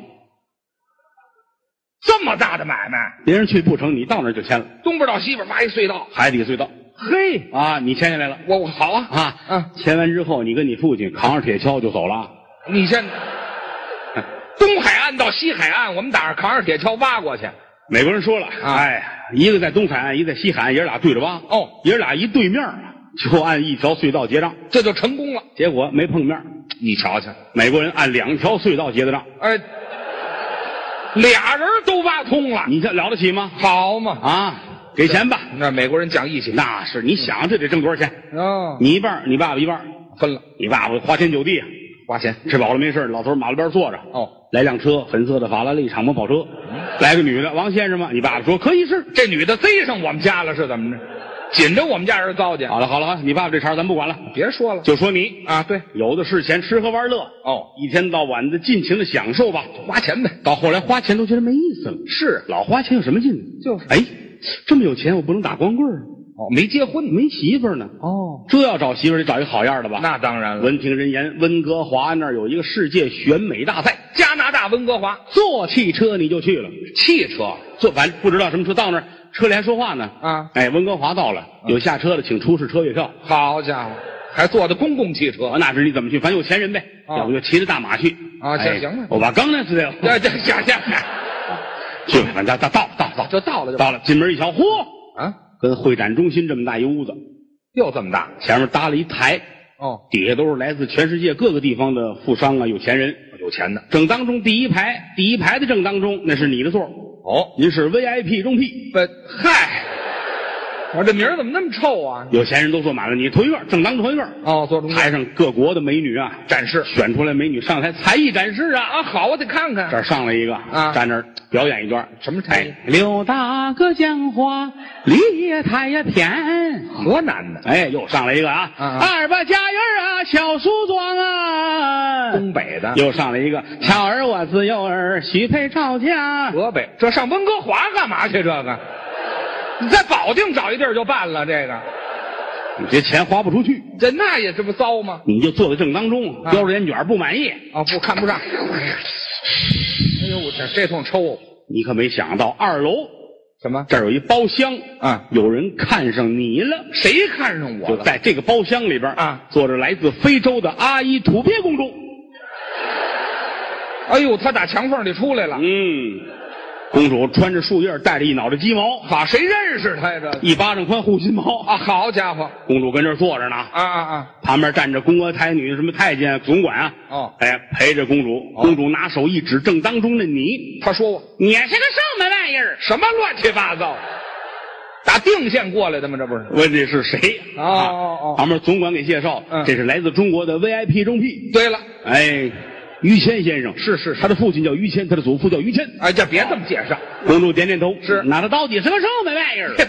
[SPEAKER 2] 这么大的买卖，
[SPEAKER 1] 别人去不成，你到那儿就签了。
[SPEAKER 2] 东边到西边挖一隧道，
[SPEAKER 1] 海底隧道
[SPEAKER 2] 嘿，
[SPEAKER 1] 啊，你签下来了
[SPEAKER 2] 我我好啊，
[SPEAKER 1] 啊。
[SPEAKER 2] 嗯，
[SPEAKER 1] 签完之后，你跟你父亲扛着铁锹就走了。
[SPEAKER 2] 你先，东海岸到西海岸，我们打着扛着铁锹挖过去。
[SPEAKER 1] 美国人说了，哎，一个在东海岸，一个在西海岸，爷儿俩对着挖。
[SPEAKER 2] 哦，
[SPEAKER 1] 爷儿俩一对面儿啊就按一条隧道结账，
[SPEAKER 2] 这就成功了。
[SPEAKER 1] 结果没碰面儿。
[SPEAKER 2] 你瞧瞧，
[SPEAKER 1] 美国人按两条隧道结的账，
[SPEAKER 2] 哎，俩人都挖通了，
[SPEAKER 1] 你这了得起吗？
[SPEAKER 2] 好嘛！
[SPEAKER 1] 啊，给钱吧。
[SPEAKER 2] 那美国人讲义气，
[SPEAKER 1] 那是你想这得挣多少钱？
[SPEAKER 2] 啊，
[SPEAKER 1] 你一半儿，你爸爸一半儿，
[SPEAKER 2] 分了，
[SPEAKER 1] 你爸爸花天酒地，啊
[SPEAKER 2] 花钱。
[SPEAKER 1] 吃饱了没事儿老头儿马路边儿坐着，
[SPEAKER 2] 哦，
[SPEAKER 1] 来辆车，粉色的法拉利敞篷跑车，来个女的，王先生吗？你爸爸说可以是。
[SPEAKER 2] 这女的贼上我们家了，是怎么着？紧着我们家人糟践。
[SPEAKER 1] 好了好了，好了你爸爸这茬儿咱不管了，
[SPEAKER 2] 别说了
[SPEAKER 1] 就说你
[SPEAKER 2] 啊，对，
[SPEAKER 1] 有的是钱，吃喝玩乐，
[SPEAKER 2] 哦，
[SPEAKER 1] 一天到晚的尽情的享受吧。
[SPEAKER 2] 花钱呗。
[SPEAKER 1] 到后来花钱都觉得没意思了，
[SPEAKER 2] 是
[SPEAKER 1] 老花钱有什么劲呢？
[SPEAKER 2] 就是
[SPEAKER 1] 哎，这么有钱我不能打光棍儿，
[SPEAKER 2] 哦，没结婚
[SPEAKER 1] 没媳妇儿呢。
[SPEAKER 2] 哦，
[SPEAKER 1] 这要找媳妇儿得找一好样儿的吧？
[SPEAKER 2] 那当然了。
[SPEAKER 1] 闻听人言，温哥华那儿有一个世界选美大赛，
[SPEAKER 2] 加拿大温哥华
[SPEAKER 1] 坐汽车你就去了，
[SPEAKER 2] 汽车
[SPEAKER 1] 坐反正不知道什么车，到那儿车里还说话呢。
[SPEAKER 2] 啊，
[SPEAKER 1] 哎，温哥华到了，有下车的请出示车月票。
[SPEAKER 2] 好家伙，还坐的公共汽车
[SPEAKER 1] 我。哪知你怎么去，反正有钱人呗，
[SPEAKER 2] 啊
[SPEAKER 1] 要不就骑着大马去。
[SPEAKER 2] 啊
[SPEAKER 1] 哎
[SPEAKER 2] 行行了
[SPEAKER 1] 我把刚才知道
[SPEAKER 2] 这哎这想想，
[SPEAKER 1] 去吧，咱咱咱到了到了到
[SPEAKER 2] 就哦到
[SPEAKER 1] 了
[SPEAKER 2] 了就
[SPEAKER 1] 到了，进门一瞧，嚯，
[SPEAKER 2] 啊，
[SPEAKER 1] 跟会展中心这么大一屋子，
[SPEAKER 2] 又这么大
[SPEAKER 1] 前面搭了一台，
[SPEAKER 2] 哦，
[SPEAKER 1] 底下都是来自全世界各个地方的富商啊、有钱人。
[SPEAKER 2] 有钱的
[SPEAKER 1] 正当中第一排，第一排的正当中，那是你的座儿，
[SPEAKER 2] 哦。
[SPEAKER 1] 您是 VIP 中 P，
[SPEAKER 2] 不，嗨，我说这名儿怎么那么臭啊？
[SPEAKER 1] 有钱人都坐满了你团圆，正当团圆。
[SPEAKER 2] 哦，坐中间
[SPEAKER 1] 台上各国的美女啊，
[SPEAKER 2] 展示
[SPEAKER 1] 选出来美女上台才艺展示啊。
[SPEAKER 2] 啊，好，我得看看
[SPEAKER 1] 这儿上来一个，
[SPEAKER 2] 啊
[SPEAKER 1] 站那儿表演一段儿
[SPEAKER 2] 什么才艺
[SPEAKER 1] 哎，刘大哥讲话梨也太呀甜。
[SPEAKER 2] 河南的，
[SPEAKER 1] 哎，又上来一个啊，
[SPEAKER 2] 啊啊
[SPEAKER 1] 二八家园啊，小梳妆啊。
[SPEAKER 2] 东北的，
[SPEAKER 1] 又上来一个，巧儿我自幼儿许配赵家。
[SPEAKER 2] 河北，这上温哥华干嘛去？这个，你在保定找一地儿就办了。这个，
[SPEAKER 1] 你这钱花不出去，
[SPEAKER 2] 这那也这不糟吗？
[SPEAKER 1] 你就坐在正当中，
[SPEAKER 2] 啊
[SPEAKER 1] 叼着烟卷儿不满意，
[SPEAKER 2] 啊，不看不上。哎呦，我这这通抽
[SPEAKER 1] 你可没想到二楼
[SPEAKER 2] 什么？
[SPEAKER 1] 这儿有一包厢
[SPEAKER 2] 啊，
[SPEAKER 1] 有人看上你了。
[SPEAKER 2] 谁看上我
[SPEAKER 1] 就
[SPEAKER 2] 了？
[SPEAKER 1] 在这个包厢里边
[SPEAKER 2] 啊，
[SPEAKER 1] 坐着来自非洲的阿依土鳖公主。
[SPEAKER 2] 哎呦，他打墙缝里出来了，
[SPEAKER 1] 嗯，公主穿着树叶，带着一脑袋鸡毛，
[SPEAKER 2] 好，谁认识他呀？这
[SPEAKER 1] 一巴掌宽护心毛啊！
[SPEAKER 2] 啊，好家伙，
[SPEAKER 1] 公主跟这儿坐着呢，
[SPEAKER 2] 啊啊啊！
[SPEAKER 1] 旁边站着宫娥太女、什么太监、总管啊，
[SPEAKER 2] 哦，
[SPEAKER 1] 哎，陪着公主。
[SPEAKER 2] 哦
[SPEAKER 1] 公主拿手一指正当中的你，
[SPEAKER 2] 他说我
[SPEAKER 1] 你是个什么玩意儿？
[SPEAKER 2] 什么乱七八糟，打定县过来的吗？这不是？
[SPEAKER 1] 问这是谁？
[SPEAKER 2] 哦
[SPEAKER 1] 啊
[SPEAKER 2] 哦哦
[SPEAKER 1] 旁边总管给介绍，
[SPEAKER 2] 嗯
[SPEAKER 1] 这是来自中国的 VIP 中 P，
[SPEAKER 2] 对了，
[SPEAKER 1] 哎，于谦先生
[SPEAKER 2] 是是是
[SPEAKER 1] 他的父亲叫于谦，他的祖父叫于谦。
[SPEAKER 2] 哎，这别这么介绍，
[SPEAKER 1] 公主点点头，
[SPEAKER 2] 是
[SPEAKER 1] 哪他到底是个什么玩意儿？
[SPEAKER 2] 嗨，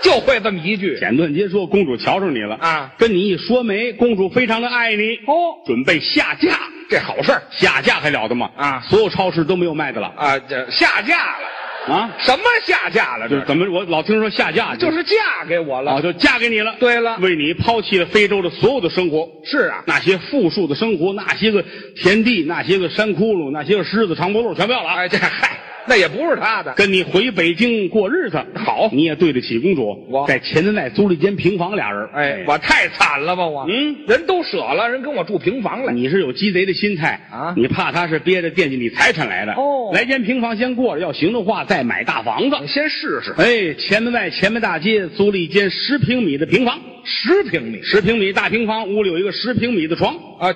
[SPEAKER 2] 就会这么一句
[SPEAKER 1] 简短截说，公主瞧上你了
[SPEAKER 2] 啊，
[SPEAKER 1] 跟你一说媒，公主非常的爱你，
[SPEAKER 2] 哦，
[SPEAKER 1] 准备下嫁，
[SPEAKER 2] 这好事儿
[SPEAKER 1] 下嫁还了得吗？
[SPEAKER 2] 啊
[SPEAKER 1] 所有超市都没有卖的了
[SPEAKER 2] 啊，这下嫁了，
[SPEAKER 1] 啊！
[SPEAKER 2] 什么下嫁了？
[SPEAKER 1] 就
[SPEAKER 2] 这
[SPEAKER 1] 是怎么我老听说下嫁，
[SPEAKER 2] 就是嫁给我
[SPEAKER 1] 啊，
[SPEAKER 2] 了。
[SPEAKER 1] 就嫁给你了。
[SPEAKER 2] 对了
[SPEAKER 1] 为你抛弃了非洲的所有的生活，
[SPEAKER 2] 是啊，
[SPEAKER 1] 那些富庶的生活，那些个田地，那些个山窟窿，那些个狮子、长脖鹿，全不要了啊。
[SPEAKER 2] 哎，这嗨，那也不是他的，
[SPEAKER 1] 跟你回北京过日子，好，你也对得起公主。
[SPEAKER 2] 我
[SPEAKER 1] 在前门外租了一间平房，俩人。
[SPEAKER 2] 哎，我太惨了吧我，
[SPEAKER 1] 嗯，
[SPEAKER 2] 人都舍了，人跟我住平房了，
[SPEAKER 1] 你是有鸡贼的心态
[SPEAKER 2] 啊
[SPEAKER 1] 你怕他是憋着惦记你财产来的
[SPEAKER 2] 哦
[SPEAKER 1] 来间平房先过着，要行的话再买大房子。
[SPEAKER 2] 你先试试
[SPEAKER 1] 哎，前门外前门大街租了一间十平米的平房，
[SPEAKER 2] 十平米
[SPEAKER 1] 十平米大平房，屋里有一个十平米的床，
[SPEAKER 2] 啊，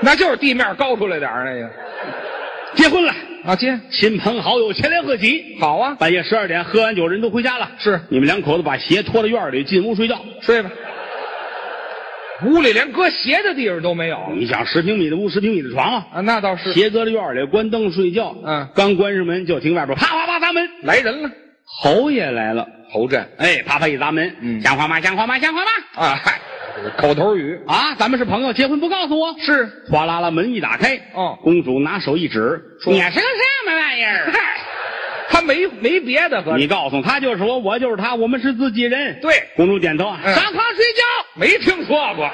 [SPEAKER 2] 那就是地面高出来点儿那个
[SPEAKER 1] 结婚了，
[SPEAKER 2] 啊，接
[SPEAKER 1] 亲朋好友前来贺喜。
[SPEAKER 2] 好啊，
[SPEAKER 1] 半夜十二点喝完酒，人都回家了，
[SPEAKER 2] 是
[SPEAKER 1] 你们两口子把鞋脱到院里，进屋睡觉。
[SPEAKER 2] 睡吧。屋里连搁鞋的地方都没有
[SPEAKER 1] 你想十平米的屋，十平米的床啊，
[SPEAKER 2] 啊，那倒是
[SPEAKER 1] 斜搁在院里，关灯睡觉。
[SPEAKER 2] 嗯
[SPEAKER 1] 刚关上门就听外边啪啪啪砸门，
[SPEAKER 2] 来人了，
[SPEAKER 1] 侯爷来了。
[SPEAKER 2] 侯震
[SPEAKER 1] 哎，啪啪一砸门，
[SPEAKER 2] 嗯
[SPEAKER 1] 像话吗？像话吗？像话吗？
[SPEAKER 2] 啊，嗨，口头语
[SPEAKER 1] 啊，咱们是朋友，结婚不告诉我。
[SPEAKER 2] 是
[SPEAKER 1] 哗啦啦，门一打开，
[SPEAKER 2] 哦
[SPEAKER 1] 公主拿手一指，
[SPEAKER 2] 说
[SPEAKER 1] 你是个什么玩意儿？
[SPEAKER 2] 他没没别的和
[SPEAKER 1] 你告诉他就是我，我就是他，我们是自己人。
[SPEAKER 2] 对
[SPEAKER 1] 公主点头，啊
[SPEAKER 2] 嗯
[SPEAKER 1] 上炕睡觉。
[SPEAKER 2] 没听说过，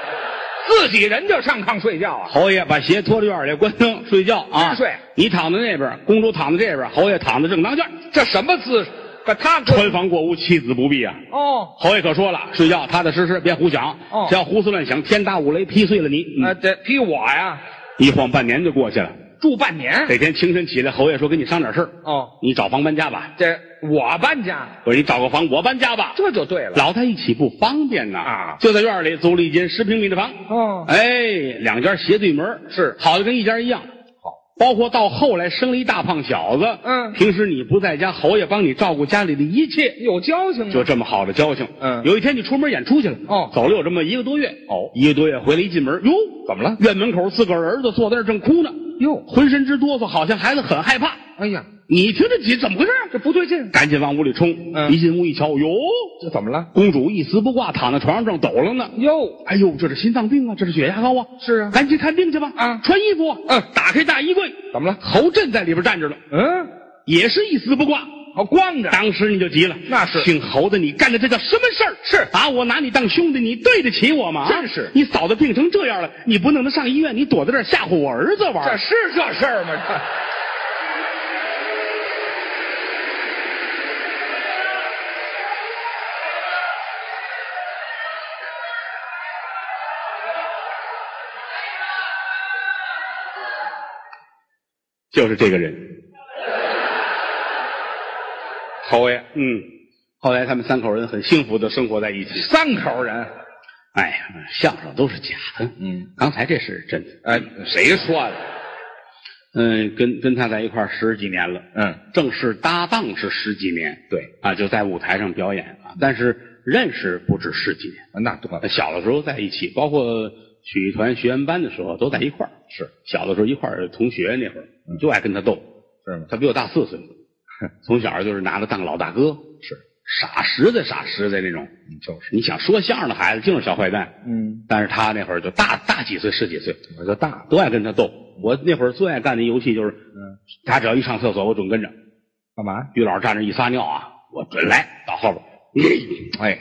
[SPEAKER 2] 自己人就上炕睡觉啊？
[SPEAKER 1] 侯爷把鞋脱到院里，关灯睡觉啊。
[SPEAKER 2] 真睡
[SPEAKER 1] 你躺在那边，公主躺在这边，侯爷躺在正当间儿。
[SPEAKER 2] 这什么姿势？把他搁
[SPEAKER 1] 穿房过屋，妻子不必啊。
[SPEAKER 2] 哦，
[SPEAKER 1] 侯爷可说了，睡觉踏踏实实，别胡想。
[SPEAKER 2] 哦呃
[SPEAKER 1] 只要胡思乱想，天打五雷劈碎了你。嗯
[SPEAKER 2] 那啊这批我呀，
[SPEAKER 1] 一晃半年就过去了。
[SPEAKER 2] 住半年
[SPEAKER 1] 这天清晨起来，侯爷说：“跟你商点事儿，
[SPEAKER 2] 哦，
[SPEAKER 1] 你找房搬家吧。
[SPEAKER 2] 这我搬家，
[SPEAKER 1] 我说你找个房，我搬家吧。
[SPEAKER 2] 这就对了
[SPEAKER 1] 老在一起不方便呐。
[SPEAKER 2] 啊
[SPEAKER 1] 就在院里租了一间十平米的房。
[SPEAKER 2] 哦
[SPEAKER 1] 哎，两家斜对门，
[SPEAKER 2] 是
[SPEAKER 1] 好的跟一家一样。
[SPEAKER 2] 好，
[SPEAKER 1] 包括到后来生了一大胖小子。
[SPEAKER 2] 嗯
[SPEAKER 1] 平时你不在家，侯爷帮你照顾家里的一切。
[SPEAKER 2] 有交情
[SPEAKER 1] 就
[SPEAKER 2] 啊，
[SPEAKER 1] 这么好的交情。
[SPEAKER 2] 嗯
[SPEAKER 1] 有一天你出门演出去了，
[SPEAKER 2] 哦
[SPEAKER 1] 走了有这么一个多月，哦，一个多月回来一进门，哟，
[SPEAKER 2] 怎么了
[SPEAKER 1] 院门口自个儿儿子坐在那儿正哭呢，
[SPEAKER 2] 哟
[SPEAKER 1] 浑身直哆嗦，好像孩子很害怕。
[SPEAKER 2] 哎呀，
[SPEAKER 1] 你一听这急，怎么回事啊？
[SPEAKER 2] 这不对劲，
[SPEAKER 1] 赶紧往屋里冲，
[SPEAKER 2] 嗯
[SPEAKER 1] 一进屋一瞧，哟，
[SPEAKER 2] 这怎么了？
[SPEAKER 1] 公主一丝不挂，躺在床上正抖楞呢。
[SPEAKER 2] 哟，
[SPEAKER 1] 哎呦，这是心脏病啊，这是血压高啊，
[SPEAKER 2] 是啊
[SPEAKER 1] 赶紧看病去吧。
[SPEAKER 2] 啊
[SPEAKER 1] 穿衣服，
[SPEAKER 2] 嗯
[SPEAKER 1] 打开大衣柜，
[SPEAKER 2] 怎么了？
[SPEAKER 1] 侯震在里边站着呢，
[SPEAKER 2] 嗯，
[SPEAKER 1] 也是一丝不挂。
[SPEAKER 2] 好光着，
[SPEAKER 1] 当时你就急了，
[SPEAKER 2] 啊那是
[SPEAKER 1] 姓侯的，你干的这叫什么事儿？
[SPEAKER 2] 是
[SPEAKER 1] 啊，我拿你当兄弟，你对得起我吗？啊
[SPEAKER 2] 真是
[SPEAKER 1] 你嫂子病成这样了，你不弄她上医院，你躲在这儿吓唬我儿子玩
[SPEAKER 2] 这
[SPEAKER 1] 儿。
[SPEAKER 2] 是这事儿 吗？
[SPEAKER 1] 就是这个人，
[SPEAKER 2] 侯爷，
[SPEAKER 1] 嗯。后来他们三口人很幸福的生活在一起。
[SPEAKER 2] 三口人，
[SPEAKER 1] 哎呀，相声都是假的，
[SPEAKER 2] 嗯，
[SPEAKER 1] 刚才这是真的。
[SPEAKER 2] 哎，谁说的？
[SPEAKER 1] 嗯，跟跟他在一块儿十几年了，
[SPEAKER 2] 嗯，
[SPEAKER 1] 正式搭档是十几年
[SPEAKER 2] 对，
[SPEAKER 1] 啊，就在舞台上表演啊，但是认识不止十几年，呃
[SPEAKER 2] 那多
[SPEAKER 1] 小的时候在一起，包括曲艺团学员班的时候都在一块儿，
[SPEAKER 2] 是
[SPEAKER 1] 小的时候一块儿同学那会儿，就爱跟他斗，
[SPEAKER 2] 是吗？
[SPEAKER 1] 他比我大四岁，从小就是拿他当老大哥，
[SPEAKER 2] 是，
[SPEAKER 1] 傻实在傻实在那种。
[SPEAKER 2] 嗯就是，
[SPEAKER 1] 你想说相声的孩子净是小坏蛋，
[SPEAKER 2] 嗯，
[SPEAKER 1] 但是他那会儿就大大几岁十几岁，
[SPEAKER 2] 我就大了，
[SPEAKER 1] 都爱跟他斗。我那会儿最爱干的一游戏就是，
[SPEAKER 2] 嗯，
[SPEAKER 1] 他只要一上厕所，我准跟着。
[SPEAKER 2] 干嘛？
[SPEAKER 1] 于老师站那一撒尿啊，我准来到后边，
[SPEAKER 2] 哎，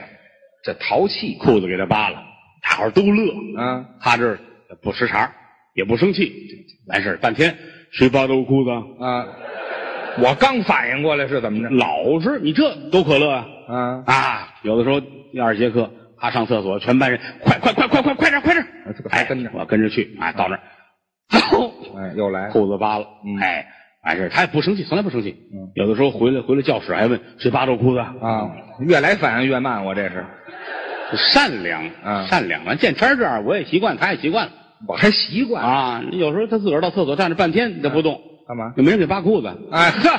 [SPEAKER 2] 这淘气
[SPEAKER 1] 裤子给他扒了，大伙儿都乐。
[SPEAKER 2] 啊，
[SPEAKER 1] 他这儿不识茬儿，也不生气，完事儿半天谁扒的我裤子啊？
[SPEAKER 2] 啊，我刚反应过来是怎么着？
[SPEAKER 1] 老实，你这多可乐啊！
[SPEAKER 2] 啊，
[SPEAKER 1] 啊，有的时候第二节课他上厕所，全班人快快快快快快点快点
[SPEAKER 2] 啊这个，还
[SPEAKER 1] 哎，
[SPEAKER 2] 跟着
[SPEAKER 1] 我跟着去啊，到那儿，走，
[SPEAKER 2] 哎，又来了，
[SPEAKER 1] 裤子扒了
[SPEAKER 2] 嗯，
[SPEAKER 1] 哎，完事儿他也不生气，从来不生气
[SPEAKER 2] 嗯，
[SPEAKER 1] 有的时候回来回来教室还问谁扒着我裤子啊，
[SPEAKER 2] 啊，越来反应越慢，我这是，
[SPEAKER 1] 善
[SPEAKER 2] 嗯
[SPEAKER 1] 良，善良，完啊见天儿这样我也习惯，他也习惯了
[SPEAKER 2] 我还习惯
[SPEAKER 1] 啊，有时候他自个儿到厕所站着半天他不动，
[SPEAKER 2] 干嘛？
[SPEAKER 1] 也没人给扒裤子，
[SPEAKER 2] 哎呵，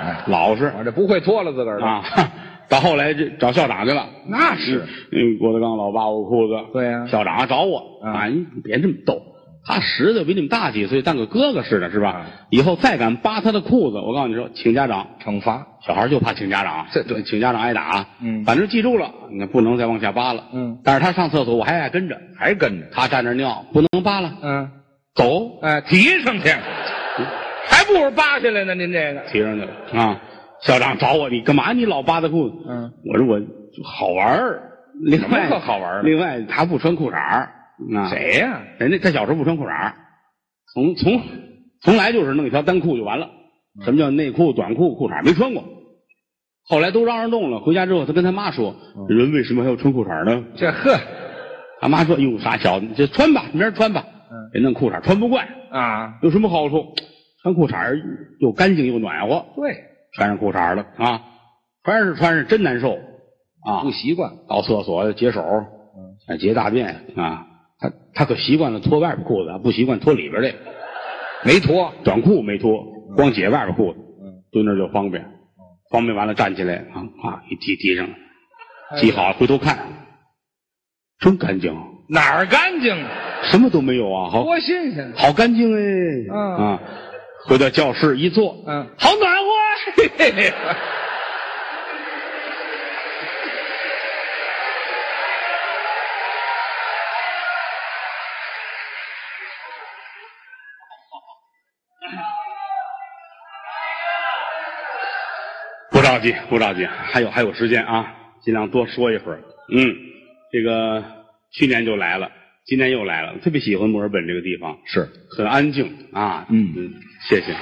[SPEAKER 2] 哎，
[SPEAKER 1] 老实
[SPEAKER 2] 我这不会脱了自个儿的，
[SPEAKER 1] 啊， 到后来这找校长去了。
[SPEAKER 2] 那
[SPEAKER 1] 是，嗯，郭德纲老扒我裤子，
[SPEAKER 2] 对呀
[SPEAKER 1] 校长找我
[SPEAKER 2] 嗯
[SPEAKER 1] 啊，你别这么逗，他实在比你们大几岁，当个哥哥似的，是吧？
[SPEAKER 2] 嗯
[SPEAKER 1] 以后再敢扒他的裤子，我告诉你说，请家长，
[SPEAKER 2] 惩罚，
[SPEAKER 1] 小孩就怕请家长，啊
[SPEAKER 2] 这对
[SPEAKER 1] 请家长挨打，啊
[SPEAKER 2] 嗯
[SPEAKER 1] 反正记住了，那不能再往下扒了，
[SPEAKER 2] 嗯，
[SPEAKER 1] 但是他上厕所我还爱跟着，
[SPEAKER 2] 还跟着，
[SPEAKER 1] 他站那儿尿不能扒了，
[SPEAKER 2] 嗯，
[SPEAKER 1] 走
[SPEAKER 2] 哎，提上去，还不如扒下来呢，您这个，
[SPEAKER 1] 提上去了啊，校长找我，你干嘛你老扒他裤子？
[SPEAKER 2] 嗯，
[SPEAKER 1] 我说我好玩儿，另
[SPEAKER 2] 什么
[SPEAKER 1] 外
[SPEAKER 2] 可好玩儿的
[SPEAKER 1] 另外他不穿裤衩儿，啊
[SPEAKER 2] 谁呀？
[SPEAKER 1] 人家他小时候不穿裤衩儿从从从来就是弄一条单裤就完了。什么叫内裤、短裤、裤衩儿没穿过？后来都嚷嚷动了，回家之后他跟他妈说：“人为什么还要穿裤衩儿呢
[SPEAKER 2] 这呵，？”
[SPEAKER 1] 他妈说：“哟，傻小子，你就穿吧，明儿穿吧。
[SPEAKER 2] 嗯
[SPEAKER 1] 人弄裤衩儿穿不惯，
[SPEAKER 2] 啊，
[SPEAKER 1] 有什么好处？穿裤衩儿又干净又暖和。
[SPEAKER 2] 对，
[SPEAKER 1] 穿上裤衩儿了啊，穿上穿上真难受啊！
[SPEAKER 2] 不习惯，
[SPEAKER 1] 到厕所解手，
[SPEAKER 2] 嗯
[SPEAKER 1] 啊解大便啊，他他可习惯了脱外边裤子，不习惯脱里边这个。
[SPEAKER 2] 没脱，
[SPEAKER 1] 短裤没脱，光解外边裤子
[SPEAKER 2] 嗯，
[SPEAKER 1] 蹲那儿就方便，方便完了站起来啊啊一提提上，
[SPEAKER 2] 哎
[SPEAKER 1] 系好回头看，真干净，
[SPEAKER 2] 哪儿干净啊？
[SPEAKER 1] 什么都没有啊，好
[SPEAKER 2] 多新鲜啊！
[SPEAKER 1] 好干净哎
[SPEAKER 2] 嗯
[SPEAKER 1] 啊！回到教室一坐，
[SPEAKER 2] 嗯，
[SPEAKER 1] 好暖和啊。
[SPEAKER 2] 嘿嘿，
[SPEAKER 1] 不着急，不着急，还有还有时间啊，尽量多说一会儿。嗯，这个去年就来了，今年又来了，特别喜欢墨尔本这个地方，
[SPEAKER 2] 是
[SPEAKER 1] 很安静啊。
[SPEAKER 2] 嗯
[SPEAKER 1] 嗯，谢谢，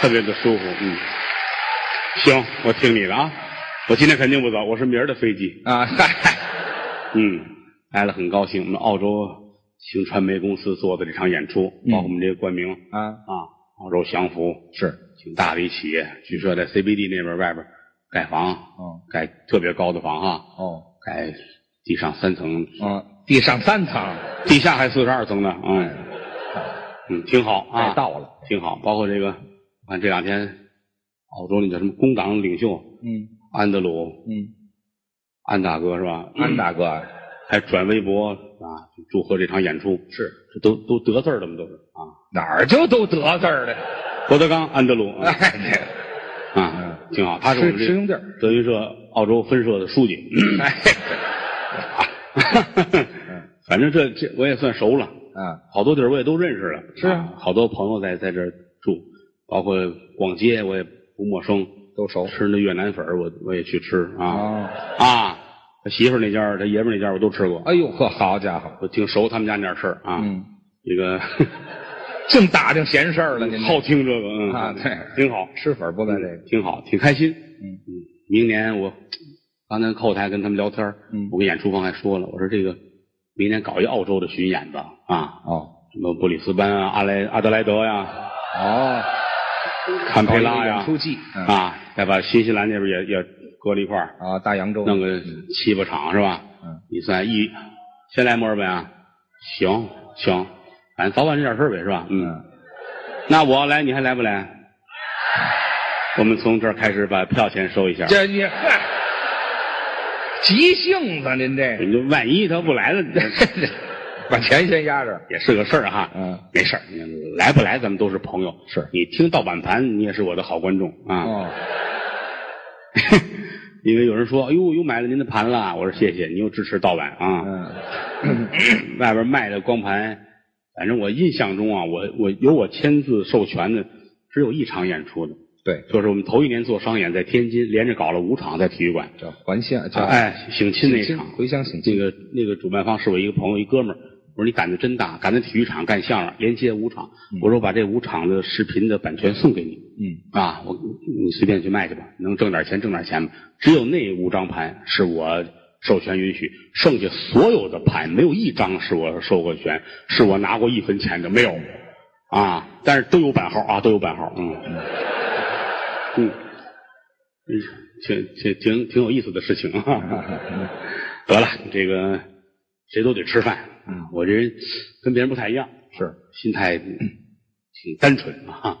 [SPEAKER 1] 特别的舒服。嗯，行，我听你的啊，我今天肯定不走，我是明儿的飞机。
[SPEAKER 2] 啊，嗨，
[SPEAKER 1] 嗯，来了很高兴，我们澳洲新传媒公司做的这场演出，
[SPEAKER 2] 嗯
[SPEAKER 1] 包括我们这个冠名
[SPEAKER 2] 啊，
[SPEAKER 1] 啊，澳洲祥符，
[SPEAKER 2] 是，
[SPEAKER 1] 挺大的一企业，据说在 CBD 那边外边盖房。
[SPEAKER 2] 哦
[SPEAKER 1] 盖特别高的房哈，
[SPEAKER 2] 哦，
[SPEAKER 1] 盖地上三层，
[SPEAKER 2] 嗯，地上三层，
[SPEAKER 1] 地下还四十二层呢，嗯，嗯，挺好啊，
[SPEAKER 2] 该哎到了，
[SPEAKER 1] 挺好。包括这个，看这两天，澳洲那叫什么工党领袖
[SPEAKER 2] 嗯
[SPEAKER 1] 安德鲁
[SPEAKER 2] 嗯，
[SPEAKER 1] 安大哥是吧？嗯
[SPEAKER 2] 安大哥啊
[SPEAKER 1] 还转微博啊，祝贺这场演出，
[SPEAKER 2] 是
[SPEAKER 1] 这都都得字儿了吗？都是啊，
[SPEAKER 2] 哪儿就都得字儿的，
[SPEAKER 1] 郭德纲、安德鲁啊，
[SPEAKER 2] 哎，这
[SPEAKER 1] 啊挺好。他是我
[SPEAKER 2] 师
[SPEAKER 1] 们
[SPEAKER 2] 师兄
[SPEAKER 1] 这
[SPEAKER 2] 弟儿，
[SPEAKER 1] 德云社澳洲分社的书 记，
[SPEAKER 2] 哎，
[SPEAKER 1] 反正这这我也算熟了。
[SPEAKER 2] 啊，
[SPEAKER 1] 好多地儿我也都认识了，
[SPEAKER 2] 是啊
[SPEAKER 1] 好多朋友在在这儿住，包括逛街我也不陌生，
[SPEAKER 2] 都熟
[SPEAKER 1] 吃那越南粉儿我我也去吃啊
[SPEAKER 2] 哦，
[SPEAKER 1] 啊，他媳妇儿那家儿他爷们儿那家儿我都吃过，
[SPEAKER 2] 哎呦呵，好家伙，
[SPEAKER 1] 我挺熟他们家那点儿事儿啊，
[SPEAKER 2] 嗯，
[SPEAKER 1] 这个
[SPEAKER 2] 净打听闲事儿了， 您这
[SPEAKER 1] 好听这个嗯
[SPEAKER 2] 啊对
[SPEAKER 1] 挺好，嗯
[SPEAKER 2] 吃粉不在这个，
[SPEAKER 1] 挺好，挺开心，
[SPEAKER 2] 嗯
[SPEAKER 1] 明年我刚才后台跟他们聊天儿，
[SPEAKER 2] 嗯
[SPEAKER 1] 我跟演出方还说了，我说这个明年搞一澳洲的巡演吧啊，
[SPEAKER 2] 哦
[SPEAKER 1] 什么布里斯班啊、阿莱阿德莱德呀、
[SPEAKER 2] 哦，
[SPEAKER 1] 堪培拉呀
[SPEAKER 2] 演出季嗯
[SPEAKER 1] 啊，再把新西兰那边也也搁了一块儿，
[SPEAKER 2] 啊，大洋洲
[SPEAKER 1] 弄个七八场是吧？
[SPEAKER 2] 嗯，
[SPEAKER 1] 你算一，先来墨尔本啊？行行，反正早晚这点事儿呗，是吧？嗯，
[SPEAKER 2] 嗯，
[SPEAKER 1] 那我要来，你还来不来？我们从这儿开始把票钱收一下。
[SPEAKER 2] 这你嗨，急性子您这个，
[SPEAKER 1] 你就万一他不来 了，
[SPEAKER 2] 把钱先压着。
[SPEAKER 1] 也是个事儿哈。
[SPEAKER 2] 嗯，
[SPEAKER 1] 没事儿，你来不来咱们都是朋友。
[SPEAKER 2] 是
[SPEAKER 1] 你听盗版盘，你也是我的好观众啊。
[SPEAKER 2] 哦，
[SPEAKER 1] 因为有人说：“哎呦，又买了您的盘了。”我说：“谢谢，你又支持盗版啊。
[SPEAKER 2] 嗯，
[SPEAKER 1] 外边卖的光盘，反正我印象中啊，我我有我签字授权的，只有一场演出的，
[SPEAKER 2] 对，
[SPEAKER 1] 就是我们头一年做商演，在天津连着搞了五场，在体育馆。
[SPEAKER 2] 叫还乡，叫
[SPEAKER 1] 哎，省亲那场，
[SPEAKER 2] 回乡请
[SPEAKER 1] 那
[SPEAKER 2] 进。
[SPEAKER 1] 个那个主办方是我一个朋友，一哥们儿。我说你胆子真大，敢在体育场干相声，连接五场。我说我把这五场的视频的版权送给你
[SPEAKER 2] 嗯，
[SPEAKER 1] 啊，我你随便去卖去吧，能挣点钱挣点钱吧。只有那五张盘是我授权允许，剩下所有的盘没有一张是我授过权，是我拿过一分钱的没有啊，但是都有版号啊，都有版号，嗯嗯，嗯挺挺挺挺有意思的事情啊。得了，这个谁都得吃饭啊。我这人跟别人不太一样，
[SPEAKER 2] 嗯是
[SPEAKER 1] 心态嗯挺单纯啊。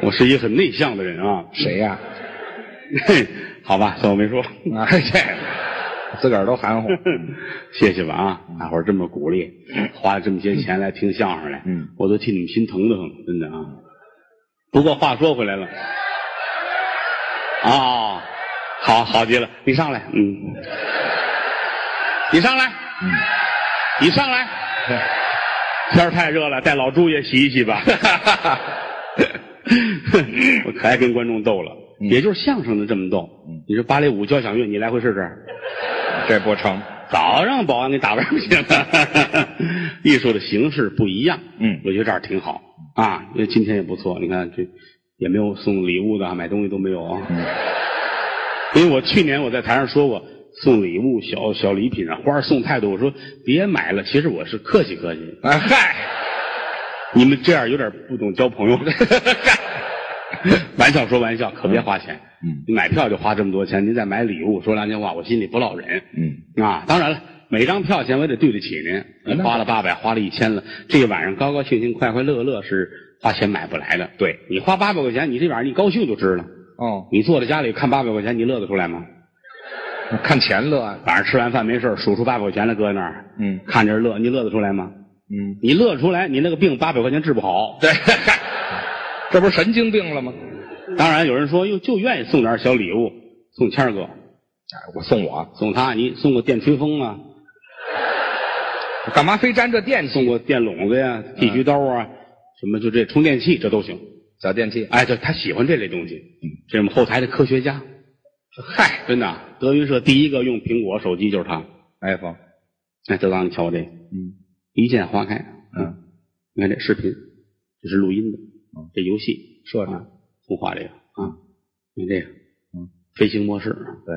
[SPEAKER 1] 我是一个很内向的人啊，
[SPEAKER 2] 谁呀？
[SPEAKER 1] 好吧，算我没说，
[SPEAKER 2] 啊，这自个儿 都含糊。
[SPEAKER 1] 谢谢吧啊！大伙儿这么鼓励，花了这么些钱来听相声来，
[SPEAKER 2] 嗯，
[SPEAKER 1] 我都替你们心疼的很，真的啊。不过话说回来了，啊、好好极了，你上来，嗯，你上来，嗯，你上来，天儿太热了，带老朱也洗一洗 吧。我可爱跟观众斗了，
[SPEAKER 2] 嗯
[SPEAKER 1] 也就是相声的这么斗。你说芭蕾舞、交响乐，你来回试试。
[SPEAKER 2] 这不成。
[SPEAKER 1] 早让保安给打外边去了。 艺术的形式不一样，
[SPEAKER 2] 嗯
[SPEAKER 1] 我觉得这儿挺好啊，因为今天也不错。你看这也没有送礼物的啊，买东西都没有啊。
[SPEAKER 2] 嗯
[SPEAKER 1] 因为我去年我在台上说过，送礼物、小小礼品啊，花儿送太多，我说别买了。其实我是客气客气，
[SPEAKER 2] 哎嗨，
[SPEAKER 1] 你们这样有点不懂交朋友。 玩笑说玩笑，可别花钱。
[SPEAKER 2] 嗯
[SPEAKER 1] 你买票就花这么多钱，您再买礼物，说良心话，我心里不落忍。
[SPEAKER 2] 嗯，
[SPEAKER 1] 啊，当然了，每张票钱我也得对得起您，
[SPEAKER 2] 哎那
[SPEAKER 1] 花了八百，花了一千了，这个晚上高高兴兴、快快乐乐是花钱买不来的。
[SPEAKER 2] 对
[SPEAKER 1] 你花八百块钱，你这晚上你高兴就知道。
[SPEAKER 2] 哦，
[SPEAKER 1] 你坐在家里看八百块钱，你乐得出来吗？
[SPEAKER 2] 看钱乐啊。
[SPEAKER 1] 晚上吃完饭没事儿数出八百块钱来搁那儿，
[SPEAKER 2] 嗯
[SPEAKER 1] 看着乐，你乐得出来吗？
[SPEAKER 2] 嗯，
[SPEAKER 1] 你乐得出来，你那个病八百块钱治不好。
[SPEAKER 2] 对，这不是神经病了吗？哎
[SPEAKER 1] 当然有人说，哟，就愿意送点小礼物，送谦儿哥，
[SPEAKER 2] 哎，我送我，
[SPEAKER 1] 送他，你送个电吹风啊，
[SPEAKER 2] 干嘛非沾这电器？
[SPEAKER 1] 送个电笼子呀、剃须刀啊，什么就这充电器这都行。
[SPEAKER 2] 小电器。
[SPEAKER 1] 哎，对，他喜欢这类东西。嗯，这是我们后台的科学家，
[SPEAKER 2] 嗨
[SPEAKER 1] 真的，啊德云社第一个用苹果手机就是他。
[SPEAKER 2] ，iPhone。
[SPEAKER 1] 哎，德刚，你瞧我这个
[SPEAKER 2] 嗯
[SPEAKER 1] 一键花开，
[SPEAKER 2] 嗯，
[SPEAKER 1] 你看这视频，这是录音的，这游戏
[SPEAKER 2] 设置
[SPEAKER 1] 啊，动画这个啊，你看这个，
[SPEAKER 2] 嗯，
[SPEAKER 1] 飞行模式，
[SPEAKER 2] 对。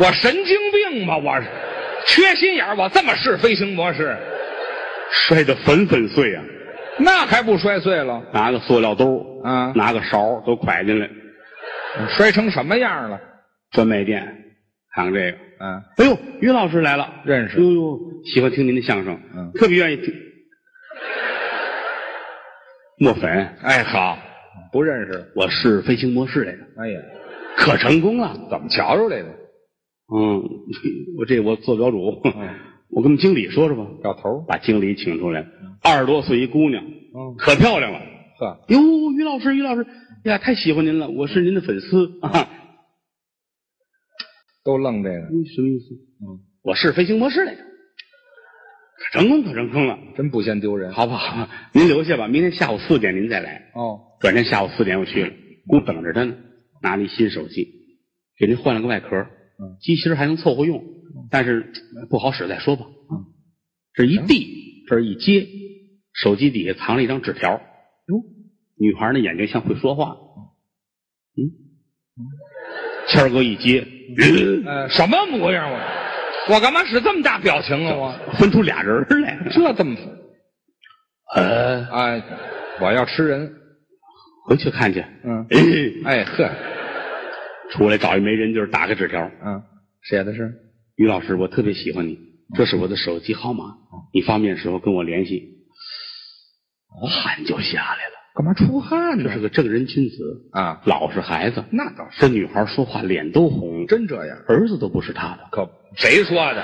[SPEAKER 2] 我神经病吧？我是缺心眼儿我这么试飞行模式，
[SPEAKER 1] 摔得粉粉碎啊！
[SPEAKER 2] 那还不摔碎了？
[SPEAKER 1] 拿个塑料兜
[SPEAKER 2] 啊
[SPEAKER 1] 拿个勺都蒯进来，
[SPEAKER 2] 摔成什么样了？
[SPEAKER 1] 专卖店看看这个。
[SPEAKER 2] 啊，
[SPEAKER 1] 哎呦，于老师来了，
[SPEAKER 2] 认识
[SPEAKER 1] 呦呦，喜欢听您的相声，
[SPEAKER 2] 嗯
[SPEAKER 1] 特别愿意听。墨粉，
[SPEAKER 2] 哎，好，不认识了。
[SPEAKER 1] 我试飞行模式来着，
[SPEAKER 2] 哎呀，
[SPEAKER 1] 可成功了。
[SPEAKER 2] 怎么瞧出来的？
[SPEAKER 1] 嗯，我这我做表主，
[SPEAKER 2] 嗯
[SPEAKER 1] 我跟我们经理说说吧，
[SPEAKER 2] 找头。
[SPEAKER 1] 把经理请出来。二十多岁一姑娘，
[SPEAKER 2] 嗯，
[SPEAKER 1] 可漂亮了。
[SPEAKER 2] 呵，
[SPEAKER 1] 哟，于老师，于老师，呀，太喜欢您了，我是您的粉丝啊。
[SPEAKER 2] 都愣这个，
[SPEAKER 1] 嗯什么意思？
[SPEAKER 2] 嗯，
[SPEAKER 1] 我试飞行模式来着，可成功，可成功了。
[SPEAKER 2] 真不嫌丢人。
[SPEAKER 1] 好不好？您留下吧，明天下午四点您再来。
[SPEAKER 2] 哦，
[SPEAKER 1] 转天下午四点我去了，姑等着他呢，拿了一新手机，给您换了个外壳，
[SPEAKER 2] 嗯
[SPEAKER 1] 机芯儿还能凑合用，但是呃不好使，再说吧。
[SPEAKER 2] 嗯
[SPEAKER 1] 这一递，这一接，手机底下藏了一张纸条。
[SPEAKER 2] 哟，
[SPEAKER 1] 女孩那眼睛像会说话。嗯，谦儿哥一接， 嗯
[SPEAKER 2] 呃，什么模样啊我？我干嘛使这么大表情啊？我
[SPEAKER 1] 分出俩人儿来。
[SPEAKER 2] 这怎么？
[SPEAKER 1] 呃，
[SPEAKER 2] 哎，我要吃人。
[SPEAKER 1] 回去看去。
[SPEAKER 2] 嗯，
[SPEAKER 1] 哎
[SPEAKER 2] 哎呵，
[SPEAKER 1] 出来找一没人地儿，打开纸条。
[SPEAKER 2] 嗯，写的是
[SPEAKER 1] 于老师，我特别喜欢你，这是我的手机号码，你方便时候跟我联系。汗就下来了，
[SPEAKER 2] 干嘛出汗
[SPEAKER 1] 这
[SPEAKER 2] 呢
[SPEAKER 1] 是？个正人君子，
[SPEAKER 2] 啊，
[SPEAKER 1] 老实孩子。
[SPEAKER 2] 那倒是
[SPEAKER 1] 这女孩说话脸都红，
[SPEAKER 2] 真这样，
[SPEAKER 1] 儿子都不是她的，
[SPEAKER 2] 可谁说的？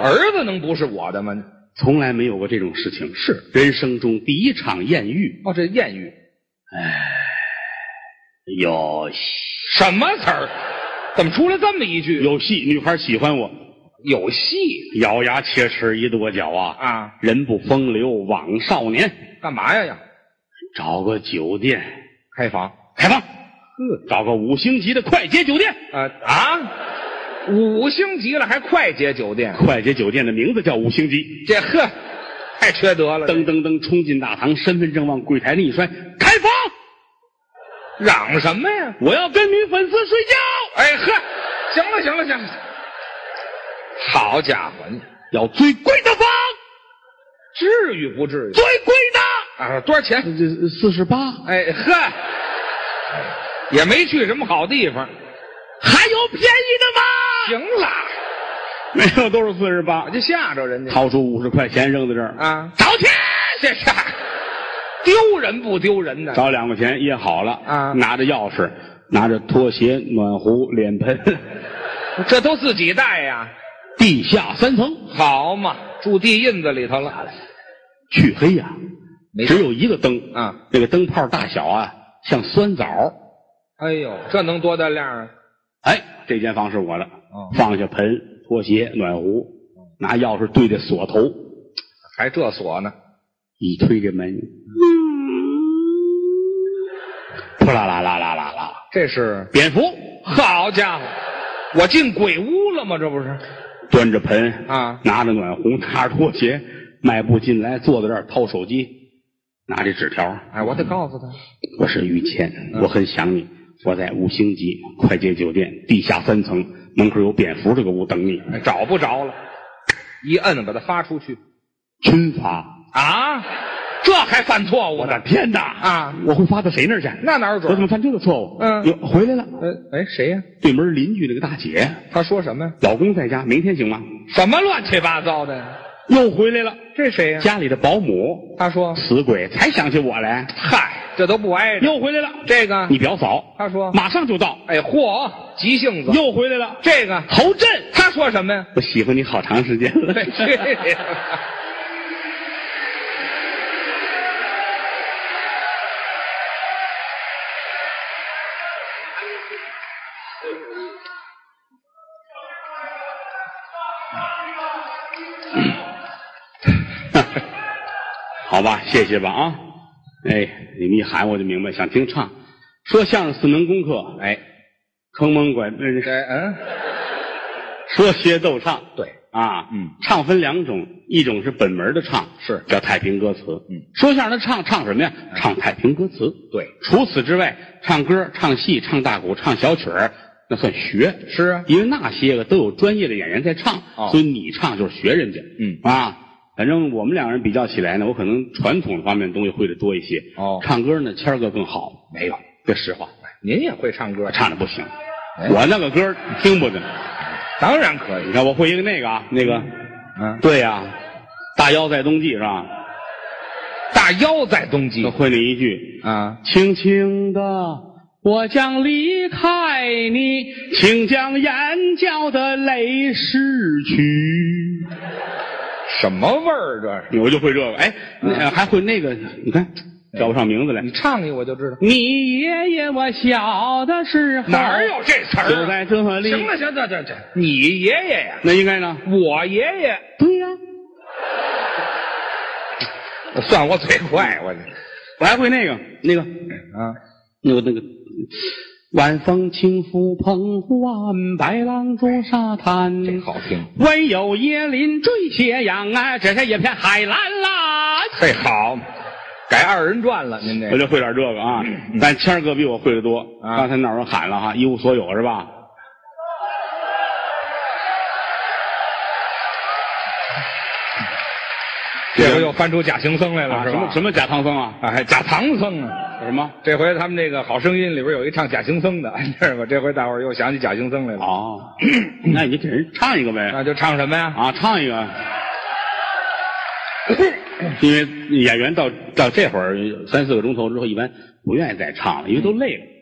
[SPEAKER 2] 儿子能不是我的吗？
[SPEAKER 1] 从来没有过这种事情。
[SPEAKER 2] 是
[SPEAKER 1] 人生中第一场艳遇，
[SPEAKER 2] 哦，这艳遇
[SPEAKER 1] 有戏
[SPEAKER 2] 什么词儿？怎么出来这么一句？
[SPEAKER 1] 有戏，女孩喜欢我，
[SPEAKER 2] 有有戏
[SPEAKER 1] 咬牙切齿一跺脚啊，
[SPEAKER 2] 啊？
[SPEAKER 1] 人不风流枉少年，
[SPEAKER 2] 干嘛呀呀？
[SPEAKER 1] 找个酒店
[SPEAKER 2] 开房？
[SPEAKER 1] 开房，找个五星级的快捷酒店。
[SPEAKER 2] 啊啊！五星级了还快捷酒店？
[SPEAKER 1] 快捷酒店的名字叫五星级。
[SPEAKER 2] 这呵，太缺德了！
[SPEAKER 1] 噔噔噔，冲进大堂，身份证往柜台那一摔，开房！
[SPEAKER 2] 嚷什么呀？
[SPEAKER 1] 我要跟女粉丝睡觉，
[SPEAKER 2] 哎呵，行了行了行了，好家伙，你
[SPEAKER 1] 要最贵的房，
[SPEAKER 2] 至于不至于
[SPEAKER 1] 最贵
[SPEAKER 2] 啊？多少钱？
[SPEAKER 1] 的，这四十八，
[SPEAKER 2] 哎呵，也没去什么好地方。
[SPEAKER 1] 还有便宜
[SPEAKER 2] 行了，
[SPEAKER 1] 的吗？没有，都是四十八
[SPEAKER 2] 我。就吓着人家
[SPEAKER 1] 掏出五十块钱扔在这儿，
[SPEAKER 2] 啊！
[SPEAKER 1] 找钱，
[SPEAKER 2] 这是丢人不丢人呢？
[SPEAKER 1] 找两块钱掖好了
[SPEAKER 2] 哎啊
[SPEAKER 1] 拿着钥匙，拿着拖鞋、暖壶、脸盆，
[SPEAKER 2] 这都自己带呀，
[SPEAKER 1] 地下三层，
[SPEAKER 2] 好嘛，住地印子里头了。
[SPEAKER 1] 黢黑呀、
[SPEAKER 2] 没事
[SPEAKER 1] 只有一个灯
[SPEAKER 2] 啊，
[SPEAKER 1] 那个灯泡大小啊，像酸枣。
[SPEAKER 2] 哎呦，这能多大量啊？
[SPEAKER 1] 哎，这间房是我的，
[SPEAKER 2] 哦
[SPEAKER 1] 放下盆、拖鞋、暖壶，拿钥匙对着锁头，
[SPEAKER 2] 还这锁呢？
[SPEAKER 1] 一推这门，扑啦啦啦啦啦啦，
[SPEAKER 2] 这是
[SPEAKER 1] 蝙蝠
[SPEAKER 2] 好家伙，我进鬼屋了吗？这不是？
[SPEAKER 1] 端着盆
[SPEAKER 2] 啊
[SPEAKER 1] 拿着暖壶， 拿着拖鞋，迈步进来，坐在这儿掏手机，拿这纸条，
[SPEAKER 2] 哎，我得告诉他，
[SPEAKER 1] 我是于谦，我很想你，我在五星级快捷酒店地下三层，门口有蝙蝠这个屋等你，
[SPEAKER 2] 哎找不着了，一摁把他发出去
[SPEAKER 1] 群发。
[SPEAKER 2] 啊！这还犯错误
[SPEAKER 1] 我的
[SPEAKER 2] 呢？
[SPEAKER 1] 天哪！
[SPEAKER 2] 啊，
[SPEAKER 1] 我会发到谁那儿去？
[SPEAKER 2] 那哪有
[SPEAKER 1] 我怎
[SPEAKER 2] 准
[SPEAKER 1] 么？犯这个错误？
[SPEAKER 2] 嗯
[SPEAKER 1] 哟，回来了。
[SPEAKER 2] 呃，哎，谁呀、
[SPEAKER 1] 对门邻居那个大姐，
[SPEAKER 2] 他说什么呀？
[SPEAKER 1] 老公在家，明天行吗？
[SPEAKER 2] 什么乱七八糟的呀？
[SPEAKER 1] 又回来了。
[SPEAKER 2] 这谁呀、
[SPEAKER 1] 家里的保姆，
[SPEAKER 2] 他说
[SPEAKER 1] 死鬼，才想起我来，
[SPEAKER 2] 嗨，这都不挨着。
[SPEAKER 1] 又回来了。
[SPEAKER 2] 这个
[SPEAKER 1] 你表嫂，
[SPEAKER 2] 他说，
[SPEAKER 1] 马上就到，
[SPEAKER 2] 哎，嚯，急性子。
[SPEAKER 1] 又回来了。
[SPEAKER 2] 这个
[SPEAKER 1] 侯震，
[SPEAKER 2] 他说什么呀？
[SPEAKER 1] 我喜欢你好长时间了。
[SPEAKER 2] 对，这个
[SPEAKER 1] 好吧，谢谢吧啊。哎，你们一喊我就明白，想听唱，说相声四门功课，
[SPEAKER 2] 哎，
[SPEAKER 1] 坑蒙拐骗，
[SPEAKER 2] 这嗯，
[SPEAKER 1] 说学逗唱。
[SPEAKER 2] 对，
[SPEAKER 1] 啊，
[SPEAKER 2] 嗯，
[SPEAKER 1] 唱分两种，一种是本门的唱，
[SPEAKER 2] 是
[SPEAKER 1] 叫太平歌词，
[SPEAKER 2] 嗯，
[SPEAKER 1] 说相声的唱唱什么呀？唱太平歌词。
[SPEAKER 2] 对，
[SPEAKER 1] 除此之外，唱歌、唱戏、唱大鼓、唱小曲儿，那算学，
[SPEAKER 2] 是啊，
[SPEAKER 1] 因为那些个都有专业的演员在唱，
[SPEAKER 2] 哦
[SPEAKER 1] 所以你唱就是学人家，
[SPEAKER 2] 嗯
[SPEAKER 1] 啊。反正我们两人比较起来呢，我可能传统方面的东西会的多一些。
[SPEAKER 2] 哦
[SPEAKER 1] 唱歌呢，谦儿哥更好。
[SPEAKER 2] 没有，
[SPEAKER 1] 这实话，
[SPEAKER 2] 您也会唱歌
[SPEAKER 1] 我？唱的不行，
[SPEAKER 2] 哎
[SPEAKER 1] 我那个歌儿听不得。
[SPEAKER 2] 当然可
[SPEAKER 1] 你
[SPEAKER 2] 以。
[SPEAKER 1] 看，我会一个那个啊，那个。
[SPEAKER 2] 嗯，
[SPEAKER 1] 对呀、大腰在冬季是吧？
[SPEAKER 2] 大腰在冬 季
[SPEAKER 1] 就会那一句，
[SPEAKER 2] 啊，
[SPEAKER 1] 轻轻的，我将离开你，请将眼角的泪拭去。
[SPEAKER 2] 什么味儿这是？
[SPEAKER 1] 我就会这个，哎，那还会那个，你看叫不上名字来
[SPEAKER 2] 你。唱一我就知道。
[SPEAKER 1] 你爷爷我小的时候
[SPEAKER 2] 哪儿有这词儿啊
[SPEAKER 1] 就在这里。
[SPEAKER 2] 行了，行，这这这，你爷爷呀，
[SPEAKER 1] 那应该呢？
[SPEAKER 2] 我爷爷，
[SPEAKER 1] 对呀、
[SPEAKER 2] 算我嘴快，我这
[SPEAKER 1] 我还会那个那个
[SPEAKER 2] 啊，
[SPEAKER 1] 那个那个，晚风轻拂澎湖湾，白浪逐沙滩。
[SPEAKER 2] 这好听，
[SPEAKER 1] 唯有椰林缀斜阳啊，这是一片海蓝蓝。
[SPEAKER 2] 嘿，好，改二人转了，您这
[SPEAKER 1] 我就会点这个啊，但谦儿哥比我会的多。
[SPEAKER 2] 嗯啊
[SPEAKER 1] 刚才那有人喊了哈，一无所有是吧？这
[SPEAKER 2] 这回又翻出假行僧来了，
[SPEAKER 1] 啊，
[SPEAKER 2] 是
[SPEAKER 1] 什
[SPEAKER 2] 吧？
[SPEAKER 1] 么什么贾唐僧啊？
[SPEAKER 2] 哎，假唐僧啊！
[SPEAKER 1] 什么？
[SPEAKER 2] 这回他们这个《好声音》里边有一唱假行僧的， 你知道吧？这回大伙儿又想起假行僧来了。
[SPEAKER 1] 哦，那你给人唱一个呗。
[SPEAKER 2] 那就唱什么呀？
[SPEAKER 1] 啊，唱一个。因为演员到到这会儿三四个钟头之后，一般不愿意再唱了，因为都累了。